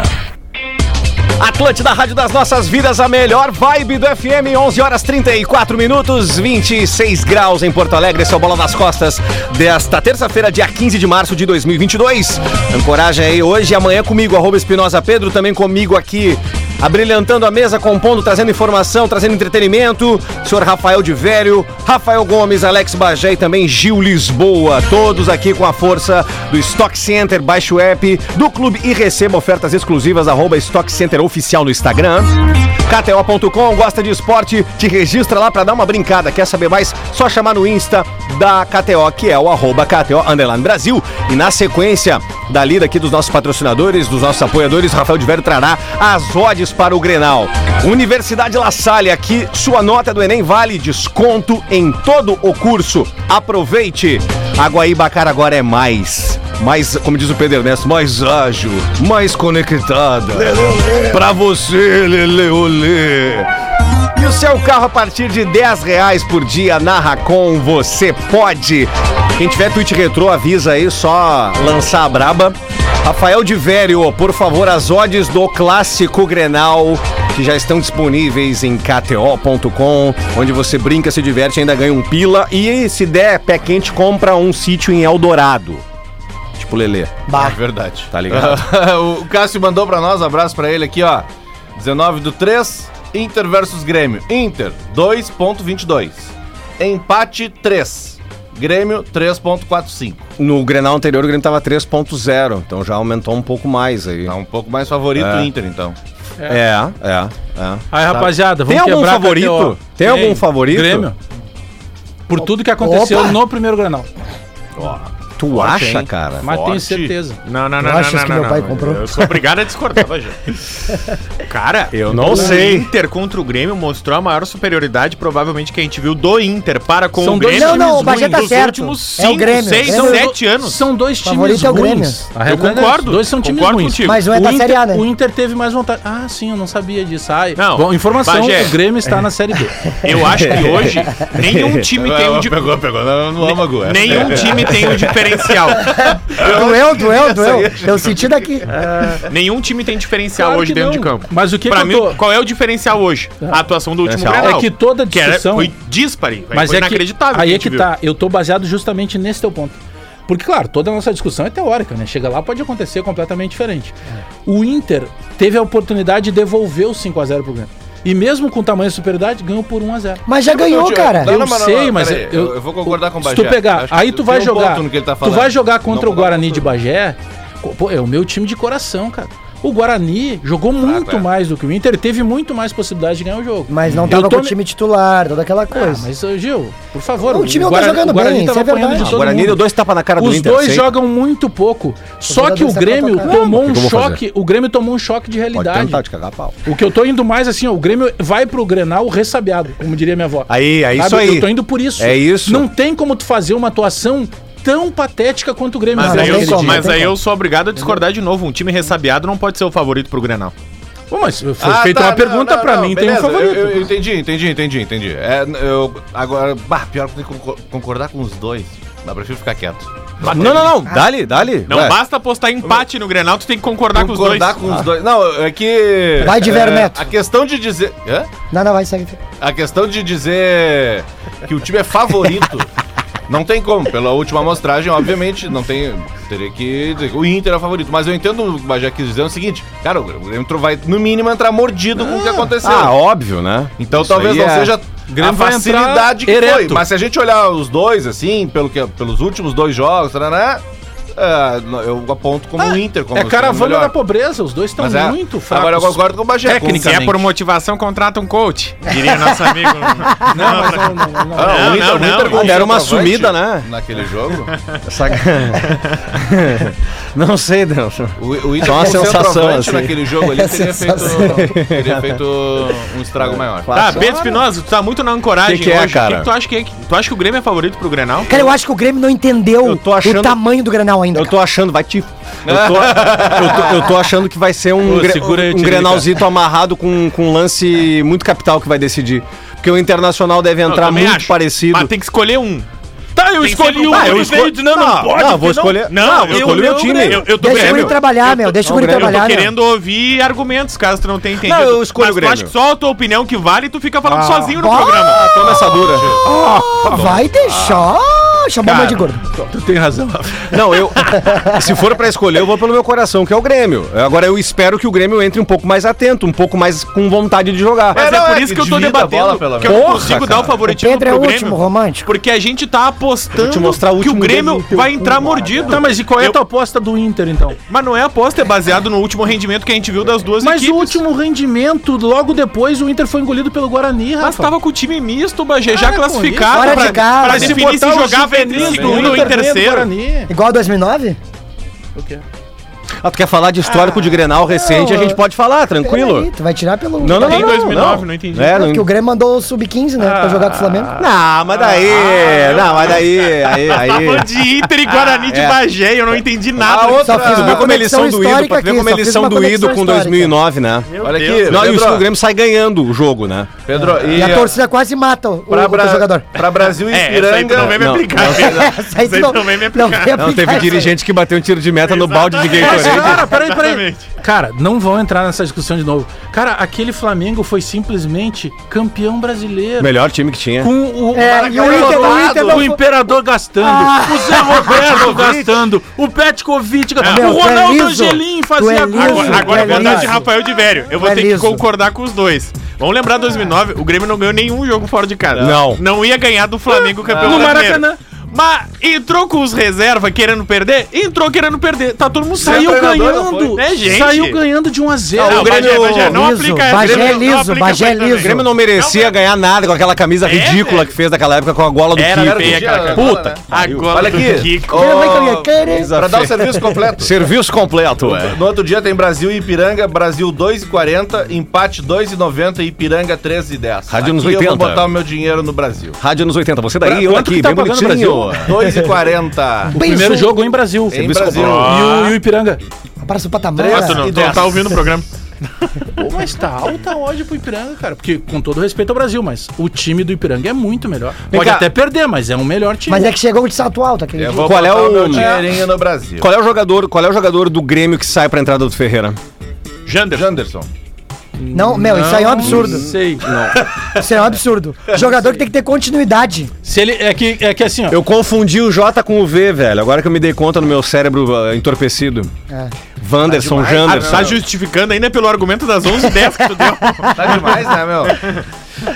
G: Atlântida, Rádio das Nossas Vidas, a melhor vibe do FM, 11 horas 34 minutos, 26 graus em Porto Alegre, esse é o Bola nas Costas desta terça-feira, dia 15 de março de 2022.
B: Ancoragem aí hoje e amanhã comigo, arroba Espinosa Pedro, também comigo aqui, abrilhantando a mesa, compondo, trazendo informação, trazendo entretenimento, senhor Rafael de Vério, Rafael Gomes, Alex Bagé e também Gil Lisboa, todos aqui com a força do Stock Center, baixe o app do clube e receba ofertas exclusivas, arroba Stock Center Oficial no Instagram. KTO.com, gosta de esporte, te registra lá pra dar uma brincada, quer saber mais? Só chamar no Insta da KTO, que é o arroba KTO Underline Brasil. E na sequência da lida aqui dos nossos patrocinadores, dos nossos apoiadores, Rafael de Vério trará as odds para o Grenal. Universidade La Salle, aqui sua nota do Enem vale desconto em todo o curso. Aproveite! Aguaí Bacar agora é mais. Mais, como diz o Pedro Ernesto, mais ágil, mais conectada. Pra você, Lele Olê. E o seu carro a partir de 10 reais por dia na Racon, você pode. Quem tiver tweet retrô, avisa aí, só lançar a braba. Rafael de Vério, por favor, as odds do clássico Grenal, que já estão disponíveis em kto.com, onde você brinca, se diverte, ainda ganha um pila. E se der pé quente, compra um sítio em Eldorado. Tipo Lelê,
C: É verdade.
B: tá ligado?
C: o Cássio mandou pra nós, abraço pra ele aqui, ó. 19 do 3, Inter versus Grêmio. Inter, 2.22. Empate, 3. Grêmio, 3.45.
B: No Grenal anterior, o Grêmio tava 3.0, então já aumentou um pouco mais aí.
C: Tá um pouco mais favorito
B: É.
C: o Inter, então.
B: É, é, é.
E: Aí, rapaziada,
B: Tem
E: vamos
B: algum
E: quebrar a
B: favorito?
E: KTO.
B: Tem algum favorito?
E: Grêmio. Por tudo que aconteceu
F: Opa!
E: no primeiro Granal.
B: Tu acha, cara?
E: Mas tenho
C: Forte.
E: certeza.
D: Não, não, não,
F: Eu
D: não,
F: acho
D: não,
F: que
D: não,
F: meu pai
D: não.
F: comprou.
D: Eu sou obrigado a discordar, Bajé. Cara,
B: Eu não
D: o
B: sei.
D: Inter contra o Grêmio mostrou a maior superioridade, provavelmente, que a gente viu do Inter para com
E: São
D: o
E: dois
D: Grêmio.
E: times Não,
F: não, o Bagé
D: ruins
F: tá
D: dos
F: certo.
D: últimos
F: É o
D: cinco,
F: Grêmio.
D: seis,
F: Grêmio-
D: sete anos.
E: São dois times
F: Favorito é o Grêmio.
E: ruins. A
D: Eu
E: realidade é,
D: concordo.
E: os Dois são times
D: Concordo
E: ruins.
D: contigo.
F: Mas um é
E: o
F: da
E: Inter,
F: Série A, né?
E: o Inter teve mais vontade. Ah, sim, eu não sabia disso. Ai,
D: Não, é.
E: Bom, informação,
D: Bagé.
E: o Grêmio está na Série B.
D: Eu acho que hoje nenhum time tem um... di-
C: Pegou, pegou no, no âmago. essa.
D: Nenhum time tem um diferencial.
F: Doeu, doeu, doeu.
B: é
F: Eu senti daqui.
D: Nenhum time tem diferencial
E: Claro que
D: hoje dentro
E: não.
D: de campo.
E: Mas o que
D: pra
E: que
D: mim,
E: eu tô-
D: qual é o diferencial hoje? A atuação do último
E: Diferencial.
D: Grenal.
E: É que toda
D: Que era-
E: discussão-
D: foi dispare.
E: Mas
D: foi
E: é que,
D: inacreditável.
E: aí
D: a
E: é
D: gente
E: que
D: viu.
E: tá. Eu tô baseado justamente nesse teu ponto. Porque, claro, toda a nossa discussão é teórica, né? Chega lá, pode acontecer completamente diferente. O Inter teve a oportunidade de devolver o 5x0 pro Grêmio. E mesmo com tamanho de superioridade, ganhou por 1x0.
F: Mas já ganhou, cara.
E: Eu sei, mas
C: peraí,
E: eu-
C: eu, eu vou concordar com o
E: Se
C: Bagé.
E: tu pegar,
C: Acho que
E: aí tu
C: tem
E: vai
C: um
E: jogar.
C: ponto no que ele tá
E: tu
C: falando.
E: vai jogar contra
C: Não
E: o Guarani
C: concordo.
E: de Bagé. Pô, é o meu time de coração, cara. O Guarani jogou muito
C: é.
E: mais do que o Inter, e teve muito mais possibilidade de ganhar o jogo.
F: Mas não
E: Eu
F: tava
E: tô
F: com o
E: me-
F: time titular, toda aquela
E: Ah,
F: coisa.
E: mas, ô, Gil, por favor,
F: O time não tá jogando bem, isso é
E: apanhando
F: verdade.
E: de
B: O
E: todo
B: Guarani
E: mundo.
B: deu dois tapas na cara do
E: Os
B: Inter.
E: dois
B: sei.
E: jogam muito pouco. Só que o
F: jogadores sabem
E: Grêmio
F: é tocar.
E: tomou
B: o
E: um
B: que eu vou
E: choque. O Grêmio tomou um choque de
B: Pode
E: realidade.
B: tentar te cagar a pau.
E: O que eu tô indo mais assim, ó, o Grêmio vai pro Grenal ressabiado, como diria minha avó.
B: Aí, é isso
E: Sabe?
B: aí.
E: Eu tô indo por isso.
B: É isso.
E: Não tem como tu fazer uma atuação tão patética quanto o Grêmio
D: Mas,
E: fez
D: aí, eu
E: naquele
D: sou,
E: dia.
D: mas
F: tem
D: aí
F: como.
D: eu sou obrigado a discordar de novo. Um time ressabiado não pode ser o favorito pro Grenal.
E: Pô, mas foi
C: Ah,
E: feita
C: tá,
E: uma
C: não,
E: pergunta
C: não,
E: pra
C: não,
E: mim,
C: beleza,
E: tem um favorito.
C: Eu, eu entendi, entendi, entendi, entendi. É, eu, agora, bah, pior que tem que concor- concordar com os dois. Mas prefiro ficar quieto.
B: Não, não, não.
C: é.
B: Dá-lhe, dá-lhe.
D: Não
B: Ué,
D: basta apostar empate no Grenal, tu tem que concordar,
C: concordar
D: com os dois.
C: com os dois. Não, é que.
F: Vai de
C: é,
F: Vermeto.
C: A questão de dizer. Hã?
F: Não, não, vai, segue.
C: A questão de dizer que o time é favorito. Não tem como, pela última amostragem, obviamente, não tem. Teria que. dizer que O Inter é o favorito. Mas eu entendo o Bajé quis dizer é o seguinte: cara, o Grêmio entrou- vai, no mínimo, entrar mordido com o que aconteceu.
B: Ah, óbvio, né?
C: Então
B: Isso
C: talvez
B: aí
C: não
B: é-
C: seja
E: Grêmio
C: a
E: vai
C: facilidade que
E: entrar
C: foi.
E: ereto.
C: Mas se a gente olhar os dois, assim, pelo que, pelos últimos dois jogos, tarará, é, no- eu aponto como o Inter. Como
E: é
C: sendo
E: caravana
C: melhor.
E: da pobreza, os dois estão
C: Mas é,
E: muito fracos.
C: Agora eu concordo com o Bagé.
D: Se é
E: Tecnicamente.
D: por motivação, contrata um coach. Diria nosso amigo.
E: Não, mas não, não, não, não.
C: Ah,
D: Não,
C: o Inter,
D: não,
C: o Inter
D: não.
C: com
B: Ah, deram uma
C: centroavante
B: sumida, né?
C: Naquele jogo.
B: Essa- não sei, Deus.
C: O, o Inter
B: Só uma
C: com
B: sensação,
C: centroavante
B: assim.
C: naquele jogo ali teria feito,
F: sensação.
C: teria feito um estrago maior.
D: Tá, Pedro Espinosa, tu tá muito na ancoragem
B: Que que é, cara?
D: O que, que tu acha que é? que- Tu acha que o Grêmio é favorito pro Grenal?
F: Cara, eu acho que o Grêmio não entendeu
B: Eu tô achando-
F: o tamanho do Granal ainda.
B: Eu
F: cara.
B: tô achando, vai te. Eu tô, eu tô- eu tô achando que vai ser um,
E: Ô,
B: gre-
E: segura aí,
B: um
E: Tiririca.
B: grenalzito amarrado com, com um lance muito capital que vai decidir. Porque o Internacional deve
D: Não, eu
B: entrar
D: também
B: muito
D: acho.
B: parecido.
D: Mas tem que escolher um.
E: Tá, eu
D: Tem sempre um
E: Ah, eu
D: favorito.
E: escolhi. Não, não, pode.
B: não, vou escolher.
D: Não,
B: eu escolhi meu time.
D: Eu, eu tô
F: Deixa o
D: Grêmio.
F: Guri trabalhar, meu. Deixa o Guri
B: Grêmio, eu tô
F: trabalhar,
D: Tô
F: meu.
D: querendo ouvir argumentos, caso tu não tenha entendido.
B: Não, eu escolho
D: Mas
B: o Grêmio.
D: tu acha que só a tua opinião que vale e tu fica falando sozinho no
C: Tá,
D: programa.
B: Toma essa dura.
F: Ah, vai deixar. Chamou mais de gordo.
E: Tu tem razão.
B: Não, eu. Se for pra escolher, eu vou pelo meu coração, que é o Grêmio. Agora eu espero que o Grêmio entre um pouco mais atento, um pouco mais com vontade de jogar.
D: Mas é,
C: não,
D: por
C: é
D: isso
C: que
D: que eu tô
C: divida a bola,
D: debatendo,
C: pelo
D: que eu não
B: menos.
D: consigo
B: Porra,
D: dar o
B: cara.
D: favoritismo
F: Pedro é o
D: pro
F: último,
D: Grêmio.
F: romântico.
D: Porque a gente tá apostando
B: te mostrar o
D: que o
B: último
D: Grêmio
B: dedo no
D: vai entrar mordido.
E: Tá, mas e qual é a
D: Eu-
E: tua aposta do Inter, então?
D: Mas não é aposta, é baseado no último rendimento que a gente viu das duas
E: Mas o
D: equipes.
E: último rendimento, logo depois, o Inter foi engolido pelo Guarani,
D: Mas
E: Rafa.
D: tava com o time misto, Bagé, já
E: Para com
D: classificado
F: isso. Para de
D: pra,
F: cara.
D: pra
F: Se
D: definir se
E: os
D: jogava entre
E: juvenis do
D: segundo
E: Inter
D: ou em
E: ganha do
D: terceiro.
E: Guarani.
F: Igual a 2009?
B: Ah, tu quer falar de histórico de Grenal recente, a gente pode falar, tranquilo.
F: Peraí, tu vai tirar pelo.
B: Não, não,
D: Em
B: não,
D: 2009, não entendi.
B: É,
F: Porque o
B: não... Ah.
F: Grêmio mandou o sub-15, né? Pra jogar com o Flamengo.
B: não, mas daí, não, mas daí, aí, aí...
D: Falando de Inter e Guarani de
B: É.
D: Bagé, eu não entendi nada.
B: A outra,
F: fiz
B: tu
C: Ah,
F: uma
B: viu como eles são
F: conexão
B: doídos, pra
F: histórica
B: tu ver como
F: aqui, só
B: eles
F: fiz
B: são
F: uma
B: doídos
F: conexão
B: com
F: histórica.
B: 2009, né?
C: Olha
D: Deus.
C: aqui,
B: Não, e
C: Pedro,
B: o Grêmio sai ganhando o jogo, né?
C: Pedro,
F: E
C: e
F: a
C: a-
F: torcida quase mata o,
C: pra,
F: o,
C: Bra-
F: o jogador.
C: pra Brasil e
D: É, essa aí tu
C: Ipiranga.
D: não vem me
B: Não,
D: aplicar.
F: Essa aí tu não,
D: vem
F: não vem
D: me aplicar.
B: Não,
F: aplicar
B: teve
F: essa aí.
B: dirigente que bateu um tiro de meta no balde de
E: Mas,
B: Gatorade.
E: cara, peraí, peraí.
D: Exatamente.
E: Cara, não vão entrar nessa discussão de novo. Cara, aquele Flamengo foi simplesmente campeão brasileiro.
B: Melhor time que tinha.
E: Com o, o
F: É,
E: Maracanã
F: e o Inter- o
E: lotado,
F: Inter não
E: o
F: foi-
E: Imperador gastando, o Zé Roberto gastando, o Petkovic gastando,
F: Meu,
E: o
F: tu é
E: Ronaldo
F: liso.
E: Angelim
F: Tu é
E: fazia gol.
F: liso.
D: Agora, agora
F: é
D: é verdade,
F: liso.
D: Rafael de Vério. Eu vou
F: É
D: ter
F: liso.
D: que concordar com os dois. Vamos lembrar 2009, o Grêmio não ganhou nenhum jogo fora de casa.
B: Não.
D: Não ia ganhar do Flamengo campeão
E: No
D: brasileiro.
E: Maracanã.
D: Mas entrou com os reservas querendo perder? Entrou querendo perder. Tá todo mundo
E: Saiu
D: certo.
E: ganhando,
D: Né, gente?
E: saiu ganhando de 1 a 0
D: Não,
B: O Grêmio-
D: Bagé, Bagé, não
F: liso.
D: aplica
F: Bagé
D: Grêmio não
F: liso,
D: aplica
F: Bagé
D: pra ele também.
F: liso.
B: O Grêmio não merecia ganhar nada com aquela camisa ridícula
D: velho.
B: que fez daquela época com a gola do
D: Era
B: Kiko.
D: feia aquela
B: Puta.
D: Puta, agora
C: Olha aqui. Oh,
D: Kiko.
F: Grêmio vai
C: Ó,
F: ganhar, querem.
C: Pra dar o serviço completo.
B: Serviço completo, é.
C: No outro dia tem Brasil e Ipiranga, Brasil 2,40, empate 2,90 e Ipiranga 3,10.
B: Rádio nos
C: Aqui Eu
B: 80.
C: vou botar o meu dinheiro no Brasil.
B: Rádio anos 80, você daí, eu
C: um
E: quanto
B: aqui,
E: que tá
B: bem
E: pagando o
B: bonitinho.
E: Brasil?
C: 2,40.
E: Primeiro
F: Penso-
E: jogo em Brasil.
C: Em Brasil.
E: E o, e o Ipiranga?
F: Aparece o patamar.
D: Ah, tu não, tu não tá ouvindo o programa.
E: Pô, mas tá alta hoje pro Ipiranga, cara. Porque, com todo respeito ao Brasil, mas o time do Ipiranga é muito melhor. Pode
B: cá.
E: até perder, mas é um melhor time.
F: Mas é que chegou de salto alto aquele
C: Eu
F: dia.
C: vou
B: Qual é
C: botar
B: o-
C: meu dinheirinho no Brasil.
B: Qual é o jogador, qual é o jogador do Grêmio que sai pra entrada do Ferreira?
D: Jander.
C: Janderson.
F: Não, meu, isso aí é um absurdo.
E: Não sei.
F: Isso aí é um absurdo. Jogador que tem que ter continuidade.
E: Se ele, é, que, é que assim, ó.
B: Eu confundi o J com o V, velho. Agora que eu me dei conta no meu cérebro ah, entorpecido.
F: É.
B: Wanderson,
D: Ah,
B: Janderson.
D: tá justificando ainda pelo argumento das 11h10 que tu deu.
C: Tá demais, né, meu?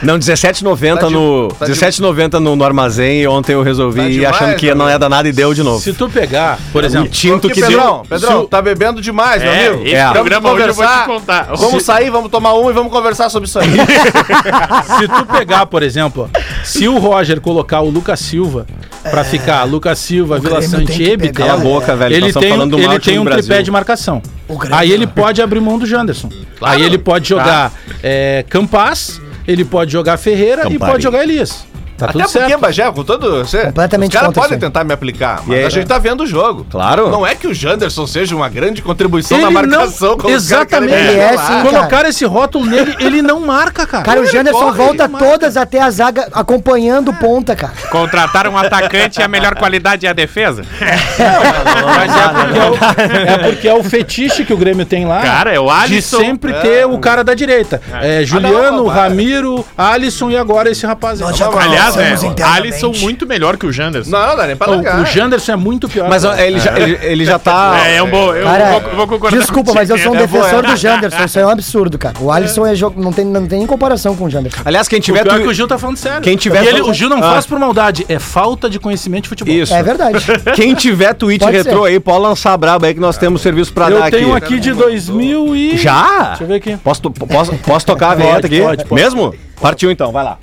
B: Não, 17,90
C: Tá de-
B: no.
C: tá de-
B: 17,90 no, no armazém e ontem eu resolvi
C: Tá
B: ir
C: demais,
B: achando que
C: né,
B: não ia
C: meu?
B: dar nada e deu de novo.
E: Se tu pegar, por exemplo,
B: Tinto
C: Aqui,
B: que
C: Pedrão,
B: deu.
C: Pedrão,
B: Se-
C: tá bebendo demais,
D: É,
C: meu amigo.
D: esse
B: É.
D: programa
C: Vamos
D: hoje eu vou te
C: conversar.
D: contar.
C: Vamos sair, vamos tomar um e vamos conversar sobre isso aí.
E: se tu pegar, por exemplo, ó, se o Roger colocar o Lucas Silva pra ficar Lucas Silva, Vila
F: É. Grêmio tem que
E: Santebe,
F: pegar.
B: Cala a boca, velho. nós
E: ele
B: estamos
E: tem,
B: falando do maior
E: ele
B: time
E: tem
B: do
E: um
B: Brasil.
E: tripé de marcação.
F: Grêmio-
E: Aí ele pode abrir mão do Janderson. Aí ele
B: Tá.
E: pode jogar é, Campas, ele pode jogar Ferreira e
B: Campari.
E: pode jogar Elias. Tá
C: Até
E: tudo
C: porque,
E: certo.
C: Bagé, com todo. Você,
F: Completamente
C: os caras
F: contra
C: podem
F: isso aí.
C: tentar me aplicar, mas
B: E aí?
C: a gente tá vendo o jogo.
B: Claro.
C: Não é que o Janderson seja uma grande contribuição
E: Ele
C: na
E: não-
C: marcação. como os caras querem
E: Exatamente.
F: Ele é
C: falar.
F: sim,
E: Colocaram
F: cara.
E: esse rótulo nele, ele não marca, cara.
F: Cara, o Janderson
C: corre,
F: volta
E: ele
F: todas até a zaga acompanhando o ponta, cara.
D: Contrataram um atacante e a melhor qualidade é a defesa?
E: Mas é porque, é o, é porque é o fetiche que o Grêmio tem lá.
D: Cara, é o Alisson.
E: De sempre ter o cara da direita. É,
C: Ah, não,
E: Juliano,
C: não, para.
E: Ramiro, Alisson e agora esse rapaz. aí.
D: Aliás, é, Alisson muito melhor que o Janderson.
C: Não, não dá nem pra largar.
E: O, o Janderson é muito pior.
B: Mas ó,
E: cara.
B: ele já, ele, ele já tá.
D: É, é um bom. Eu
F: Cara,
D: vou, eu vou concordar
F: desculpa,
D: contigo,
F: mas eu sou um
D: né?
F: defensor do Janderson. Isso aí é um absurdo, cara. O Alisson é jogo, não, tem, não tem nem comparação com o Janderson.
B: Aliás, quem tiver.
E: Pior
B: tu-
E: que o Gil tá falando sério.
B: Quem tiver-
E: E ele- o Gil não
B: Ah.
E: faz por maldade, é falta de conhecimento de futebol.
B: Isso.
F: É verdade.
B: Quem tiver tweet
F: Pode
B: retrô
F: ser.
B: aí, pode lançar a braba aí que nós temos serviço pra dar
E: Eu
B: aqui.
E: tenho Tá, aqui de 2000 e...
B: Já?
E: Deixa eu ver aqui.
B: Posso, to- posso, posso tocar a vinheta
E: Pode,
B: aqui?
E: pode, pode.
B: Mesmo? Partiu então, vai lá.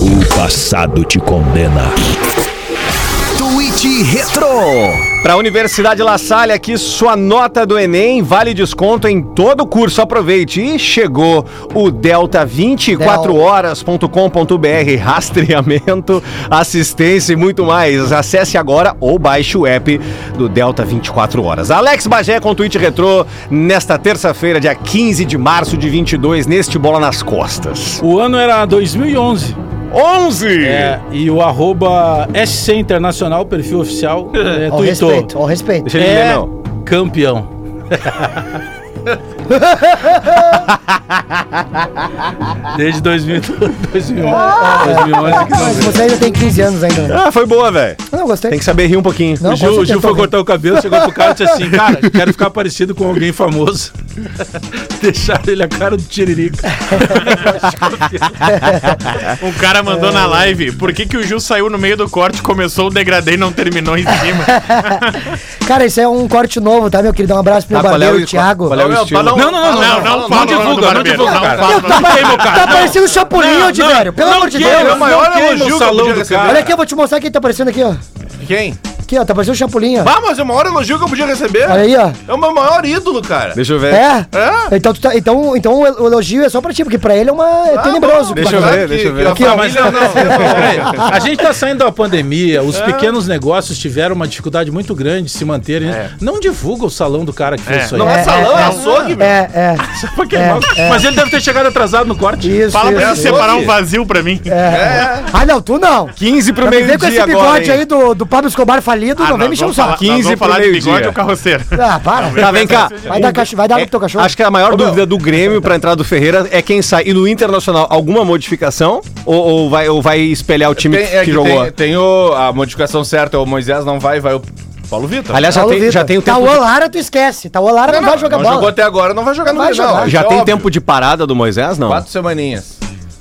I: O passado te condena.
A: Twitch Retro.
B: Para a Universidade La Salle, aqui sua nota do Enem vale desconto em todo o curso. Aproveite. E chegou o delta24horas.com.br, rastreamento, assistência e muito mais. Acesse agora ou baixe o app do Delta 24 Horas. Alex Bagé com o Twitch Retrô, nesta terça-feira, dia 15 de março de 22, neste Bola nas Costas.
E: O ano era 2011.
B: 11!
E: É, e o arroba SC Internacional, perfil oficial, é,
F: Ao
E: tuitou.
F: respeito, ao respeito.
B: Deixa ele ler,
E: É
B: não.
E: campeão. Desde 2000, 2000,
F: Ah!
E: 2011 que não
F: Mas
E: veio.
F: você ainda tem 15 anos ainda. né?
B: Ah, foi boa, velho.
F: Não, gostei.
B: Tem que saber rir um pouquinho.
F: Não,
E: O Gil,
F: com
E: o Gil
F: certeza,
E: foi
F: tá
E: cortar o cabelo, chegou pro cara e disse assim: Cara, quero ficar parecido com alguém famoso. Deixaram ele a cara do tiririca.
D: Um cara mandou na live. Por que, que o Gil saiu no meio do corte, começou o degradê e não terminou em cima?
F: Cara, isso é um corte novo, tá, meu querido? Um abraço pro meu
B: Tá, qual é
F: barbeiro,
B: o-
F: Thiago.
B: qual é o
C: meu,
B: estilo?
C: pra
E: Não, não, não,
D: Não,
C: um
D: não, fala o nome do
E: divulga, não
D: barbeiro,
E: divulga,
D: não
E: cara.
D: fala o nome do barbeiro.
F: Tá parecendo o Chapolin,
E: Não,
F: ô, Diverio.
E: não,
F: Pelo
E: não
F: amor de
E: queima,
F: Deus.
E: não
C: é maior
E: queima
C: elogio que
E: o
C: é. eu
E: salão
C: podia
E: do
C: receber.
E: cara.
F: Olha aqui, eu vou te mostrar quem tá aparecendo aqui, ó.
C: Quem?
F: Aqui, ó, tá parecendo Chapulinha.
C: Ah, mas é o maior elogio que eu podia receber.
F: Olha aí, ó.
C: É o meu maior ídolo, cara.
B: Deixa eu ver.
F: É?
C: É?
F: Então, tu tá- então, então o el- o elogio é só pra ti, porque pra ele é, uma, é tenebroso.
B: Deixa eu
C: Claro
B: ver,
C: que-
B: deixa eu ver.
C: que a
F: Aqui, ó,
C: família
E: Peraí,
C: não-
E: a gente tá saindo da pandemia, os pequenos negócios tiveram uma dificuldade muito grande de se manterem. Não divulga o salão do cara que fez isso aí.
C: Não é
F: É,
C: salão, é
F: é,
D: um-
C: açougue, meu.
F: É, é.
E: Porque ele- Mas ele deve ter chegado atrasado no corte.
F: Isso,
D: Fala pra ele
F: isso.
D: separar um vazio pra mim.
F: Ah, não, tu não.
B: 15 pro
F: Não Tá me vem com
B: meio-dia
F: esse
B: agora, hein?
F: bigode aí do, do Pablo Escobar falido,
D: Ah,
F: não vem
D: nós
F: me encher o
D: vamos
F: saco.
D: falar- nós vamos
B: 15
D: falar
B: pro
D: de bigode
B: meio-dia.
D: ou carroceiro.
F: Ah, para.
B: Tá, vem cá.
F: Vai dar, cach... vai dar pro teu cachorro.
B: Acho que a maior dúvida do Grêmio pra entrada do Ferreira é quem sai. E no Internacional, alguma modificação? Ou, ou vai, ou vai espelhar o time
C: Tem-
B: que,
C: é que
B: jogou?
C: Tem, tem o- a modificação certa, o Moisés não vai, vai o Paulo Vitor.
B: Aliás, já
F: Paulo
B: tem, já
F: Vitor.
B: tem o
F: Tá,
B: tempo
F: o Olara tu esquece. Tá, o Olara não, vai jogar
C: não
F: bola.
C: jogou até agora, não vai jogar
F: Não
C: no
F: vai
C: Grenal,
F: jogar.
C: isso
B: Já
C: é
B: tem
C: óbvio.
B: tempo de parada do Moisés, não?
C: Quatro semaninhas.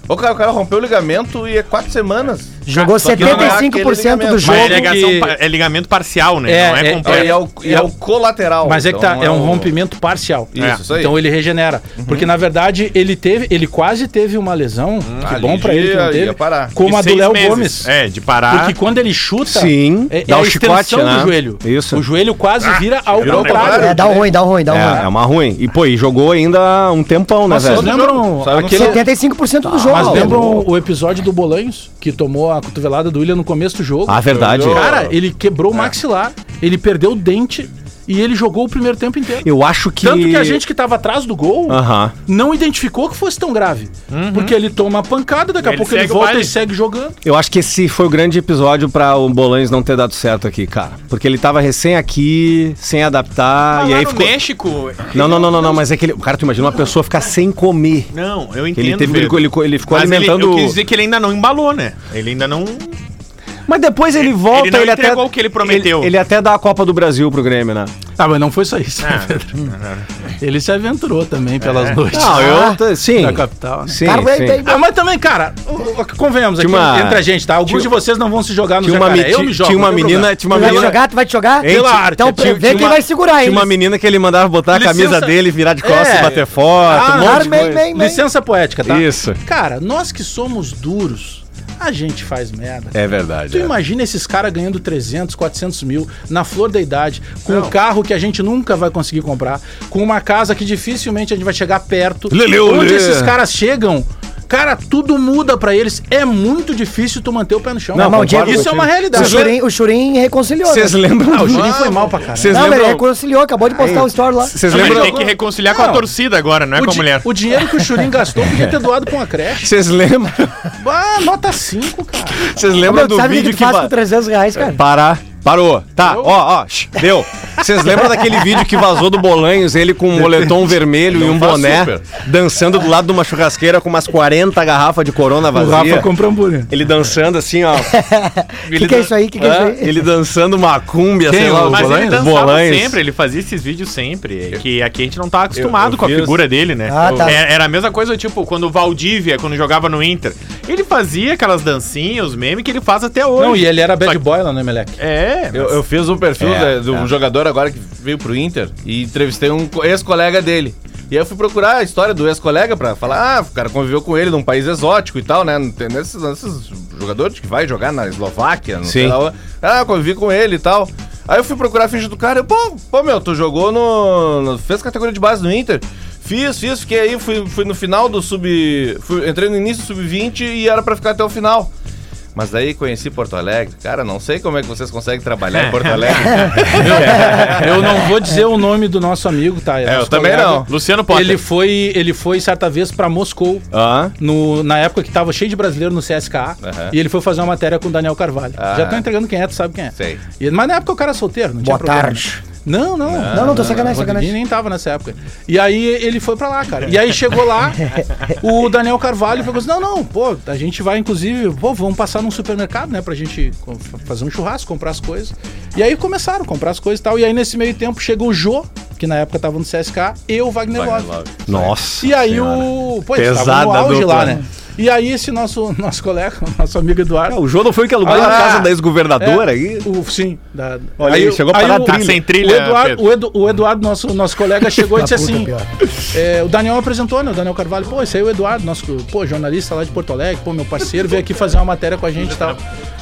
C: Ô, cara, o cara rompeu o ligamento e é quatro semanas.
F: Jogou
C: Só que não é aquele
F: 75%
C: ligamento.
F: do
D: Mas é,
F: jogo.
D: ligação
E: que-
D: pa- é ligamento parcial, né?
E: É,
D: não é,
E: é-
C: É,
D: completo.
C: e é o, e é o colateral.
E: Mas é que tá,
C: então
E: é um
C: o-
E: rompimento parcial.
C: Isso,
D: É.
C: isso aí.
E: Então ele regenera. Porque na verdade ele teve, ele quase teve uma lesão, que
C: ali
E: bom pra ele que não
C: ia-
E: teve,
C: ia parar.
E: como
D: De
E: a do
D: seis
E: Léo
D: meses.
E: Gomes.
D: É, de parar.
E: Porque quando ele chuta,
B: Sim,
E: é,
B: dá
E: é
B: o
E: a extensão
B: chicote, né?
E: do joelho.
B: Isso.
E: O joelho quase
D: Ah,
E: vira ao
C: virou ao
E: contrário.
C: contrário.
F: É, dá um ruim, dá um ruim, dá um
B: É, é
F: ruim.
B: uma ruim. E, pô, e jogou ainda um tempão, né,
E: Vocês
B: velho?
E: lembram
C: Saiu no
E: aquele...
F: 75% do jogo.
E: Mas lembram o episódio do Bolanhos, que tomou a cotovelada do Willian no começo do jogo?
B: Ah, verdade.
E: Cara, ele quebrou o maxilar, ele perdeu o dente e ele jogou o primeiro tempo inteiro.
B: Eu acho que.
E: Tanto que a gente que tava atrás do gol
B: Aham.
E: não identificou que fosse tão grave. Porque ele toma a pancada, daqui a
D: Uhum. Ele
E: pouco ele
D: segue o
E: volta
D: baile.
E: e segue jogando.
B: Eu acho que esse foi o grande episódio pra o Bolanes não ter dado certo aqui, cara. Porque ele tava recém aqui, sem adaptar,
D: Ah,
B: e
D: lá
B: aí
D: no
B: ficou.
D: México.
B: Não, não, não, não, não, mas é que ele. Cara, tu imagina uma pessoa ficar sem comer.
D: Não, eu
B: Que
D: entendo.
B: Ele, teve, ele,
D: Pedro.
B: ele- ele ficou
D: Mas ele-
B: alimentando.
D: eu quis dizer que ele ainda não embalou, né? Ele ainda não.
B: Mas depois ele volta,
D: não
B: ele, até.
D: entregou o que ele prometeu.
B: Ele, ele até dá a Copa do Brasil pro Grêmio, né?
E: Ah, mas não foi só
D: É,
E: isso. né, Pedro? Ele se aventurou também pelas noites
B: eu. Sim.
E: É. da capital. Né?
B: Sim.
F: Cara,
B: sim.
F: bem, bem,
E: Ah, mas também, cara, o- o- convenhamos aqui
B: Tinha uma-
E: entre a gente, tá? Alguns de vocês não vão se jogar no
B: Tinha uma,
E: jacaré.
B: me-
E: Eu me jogo.
B: tinha
E: não
B: uma
E: tem
B: menina.
E: problema.
B: Tinha uma
F: Tu vai
B: menina.
F: jogar? Tu vai te jogar?
B: Hein, tinha-
F: Então
B: tinha-
F: vê
B: tinha
F: quem
B: uma-
F: vai segurar
B: Tinha
F: ele.
B: uma menina que ele mandava botar a camisa
E: Licença.
B: dele, virar de costas,
E: É.
B: bater foto.
E: Ah,
B: um monte de
F: Armem,
B: coisa.
F: men, men.
E: Licença poética, tá?
B: Isso.
E: Cara, nós que somos duros, a gente faz merda.
B: É
E: Tu
B: verdade. é.
E: imagina esses caras ganhando 300, 400 mil, na flor da idade, com um carro que a gente nunca vai conseguir comprar, com uma casa que dificilmente a gente vai chegar perto.
B: Lele,
E: Onde
B: olê.
E: esses caras chegam, cara, tudo muda pra eles. É muito difícil tu manter o pé no chão.
B: Não,
E: Mas
B: concordo
E: isso é
B: contigo.
E: uma
F: O
E: realidade.
F: Churin, o Churin reconciliou. né?
B: Vocês lembram?
E: Ah, o Juninho foi mal pra caralho.
B: Vocês
F: não, mas ele
B: lembram?
F: reconciliou, acabou de postar o story lá.
B: Vocês
D: Não, mas
B: lembram?
D: tem que reconciliar com a torcida agora, não é
E: O,
D: com a
E: di-
D: mulher.
E: o dinheiro que o Churin gastou podia ter doado com a creche.
B: Vocês lembram?
E: Ah, nota 5, cara.
B: Vocês
F: Meu,
B: lembram do
F: tu sabe o que
B: vídeo
F: tu
B: que.
F: faz
B: va-
F: com 300 reais, cara?
B: Parar. Parou. Tá, ó, ó, shh, deu. Vocês lembram daquele vídeo que vazou do Bolanhos, ele com um moletom vermelho e um
C: faz
B: boné,
C: super.
B: dançando do lado de uma churrasqueira com umas 40 garrafas de corona vazia?
E: comprou um bolinho.
B: Ele dançando assim, ó.
F: O que, que é isso aí? O que, que é
B: Hã?
F: isso aí?
B: Ele dançando macúmbia,
E: Quem,
B: sei lá,
E: o
B: os
D: Mas ele
E: Bolanhos?
D: dançava
B: Bolanhos.
D: sempre, ele fazia esses vídeos sempre. é Que aqui a gente não tá acostumado
C: eu- eu
D: com a
C: fiz-
D: figura dele, né?
F: Ah, tá.
D: É- era, a mesma coisa, tipo, quando o Valdívia, quando jogava no Inter. Ele fazia aquelas dancinhas, os memes que ele faz até hoje.
E: Não, e é- ele era bad boy lá no Emelec.
D: É,
C: Eu, eu fiz um perfil
B: É,
C: da- de um
B: é.
C: jogador agora que veio pro Inter e entrevistei um co- ex-colega dele. E aí eu fui procurar a história do ex-colega pra falar, ah, o cara conviveu com ele num país exótico e tal, né? Não tem Nesses, nesses jogadores que vai jogar na Eslováquia, não sei
B: Sim.
C: lá. onde. Ah, convivi com ele e tal. Aí eu fui procurar a ficha do cara e, pô, pô, meu, tu jogou no, no- fez categoria de base no Inter. Fiz, fiz, fiquei aí, fui, fui no final do sub... fui- entrei no início do sub-20 e era pra ficar até o final. Mas daí conheci Porto Alegre. Cara, não sei como é que vocês conseguem trabalhar em Porto Alegre.
E: É, Eu não vou dizer o nome do nosso amigo, tá? É,
C: eu
E: nosso
C: também não.
D: Luciano Potter.
E: Ele foi, ele foi certa vez pra Moscou.
B: Hã?
E: No, na época que tava cheio de brasileiro no CSKA.
C: Aham.
E: E ele foi fazer uma matéria com o Daniel Carvalho.
C: Ah.
E: Já tô entregando quem é, tu sabe quem é.
C: Sei.
E: E- mas na época o cara era solteiro, não tinha
F: Boa
E: problema.
F: tarde.
E: Não, não.
F: Não, não, tô
E: Rodriguinho
F: sacanagem, sacanagem.
E: nem tava nessa época. E aí ele foi pra lá, cara. E aí chegou lá, o Daniel Carvalho falou assim: não, não, pô, a gente vai, inclusive, pô, vamos passar num supermercado, né? Pra gente co- fazer um churrasco, comprar as coisas. E aí começaram a comprar as coisas e tal. E aí, nesse meio tempo, chegou o Jô, que na época tava no CSK, e o Wagner Love.
B: Nossa.
E: E aí
B: Senhora.
E: o. Pô, eles
B: Pesada
E: estavam no auge
B: dupla.
E: lá, né? E aí esse nosso, nosso colega, nosso amigo Eduardo.
B: O João não foi que alugou
E: Ah,
B: a casa da
E: É,
B: ex-governadora aí?
E: O, sim. Da,
B: Olha aí,
E: o-
B: chegou a parar
E: o-
B: a trilha.
D: Sem
E: o
D: trilha,
E: Eduardo,
D: Pedro.
E: o Edu- o Eduardo, nosso, nosso colega, chegou e
B: Tá
E: disse
F: puta,
E: assim:
F: pior.
E: é, O Daniel apresentou, né? O Daniel Carvalho, pô, esse aí é o Eduardo, nosso pô, jornalista lá de Porto Alegre, pô, meu parceiro, veio aqui fazer uma matéria com a gente e tal.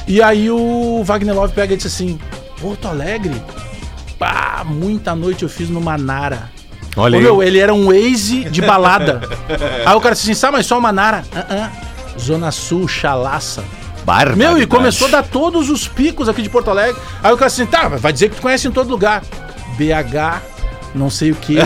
E: E aí o Wagner Love pega e disse assim: Porto Alegre? Pá, muita noite eu fiz no Manara.
C: Olha
E: Ô,
C: aí.
E: meu, ele era um Waze de balada. aí o cara disse assim, sabe, mas só o Manara. Ah, ah. Zona Sul, chalaça.
C: Barba.
E: Meu, e começou a dar todos os picos aqui de Porto Alegre. Aí o cara assim, tá, mas vai dizer que tu conhece em todo lugar. BH, não sei o que.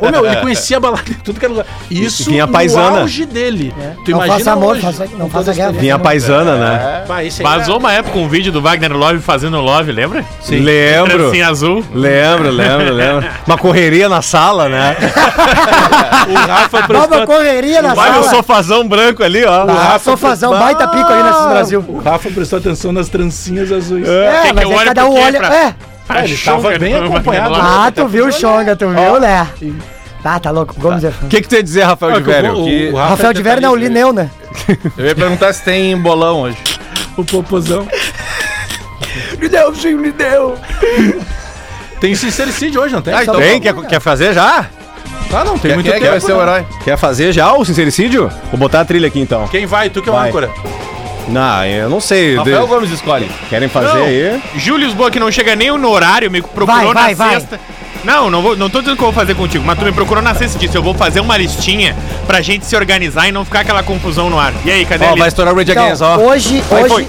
E: Ô meu, ele conhecia a balada em tudo que era lugar. Isso
C: Vinha a paisana.
E: no auge dele. Tu
F: É. Não faça amor,
E: hoje,
F: faça- não
E: com
F: faça
E: toda a
F: guerra.
E: experiência.
B: Vinha paisana, né?
E: Pá, esse aí é
D: Vazou uma época um vídeo do Wagner Love fazendo Love, lembra?
B: É. Lembro.
D: Assim azul.
B: Lembro, lembro, lembro. Uma correria na sala, né?
D: O Rafa
F: Nova correria na
B: Vai o
F: sala.
B: sofazão branco ali, ó.
F: Ah, sofazão, baita pico aí nesse Brasil.
E: O Rafa prestou atenção nas trancinhas azuis.
F: É,
D: que
F: mas
D: eu
F: aí
D: olho
F: cada
D: pro
F: um
D: quê?
F: olha.
D: Pra-
F: É.
E: Ah, ele tava bem acompanhado.
F: Ah, tu viu o Xonga, tu viu, né? Tá, tá louco. Gomes é fã.
B: O que, que tu ia dizer, Rafael de Velho?
E: o,
C: Ah, que-
E: o Rafa
F: Rafael
E: é
F: de Vera não, o
E: detalhista,
F: Lineu, né?
C: Eu ia perguntar se tem bolão hoje.
E: O popozão.
F: Lineuzinho, Lineu.
E: Tem sincericídio hoje, não tem?
C: Ah, então-
B: Tem? Quer, quer fazer já?
E: Ah, não, tem
C: Quem
E: muito
C: é que vai
E: tempo.
C: ser o
E: né?
C: herói?
B: Quer fazer já o sincericídio? Vou botar a trilha aqui então.
E: Quem vai? Tu que é o
B: Vai.
E: âncora.
B: Não, eu não sei.
C: Rafael
B: De-
C: Gomes escolhe.
B: Querem fazer
D: Não.
B: aí?
D: Júlio Lisboa, que não chega nem no horário, me procurou
F: Vai, vai,
D: na
F: vai.
D: sexta. Não, não, vou, não tô dizendo que eu vou fazer contigo, mas tu me procurou na sexta e disse, eu vou fazer uma listinha pra gente se organizar e não ficar aquela confusão no ar. E aí, cadê a
B: Ó, vai
D: lista?
B: estourar o Rage Against, ó.
F: Então, hoje, hoje,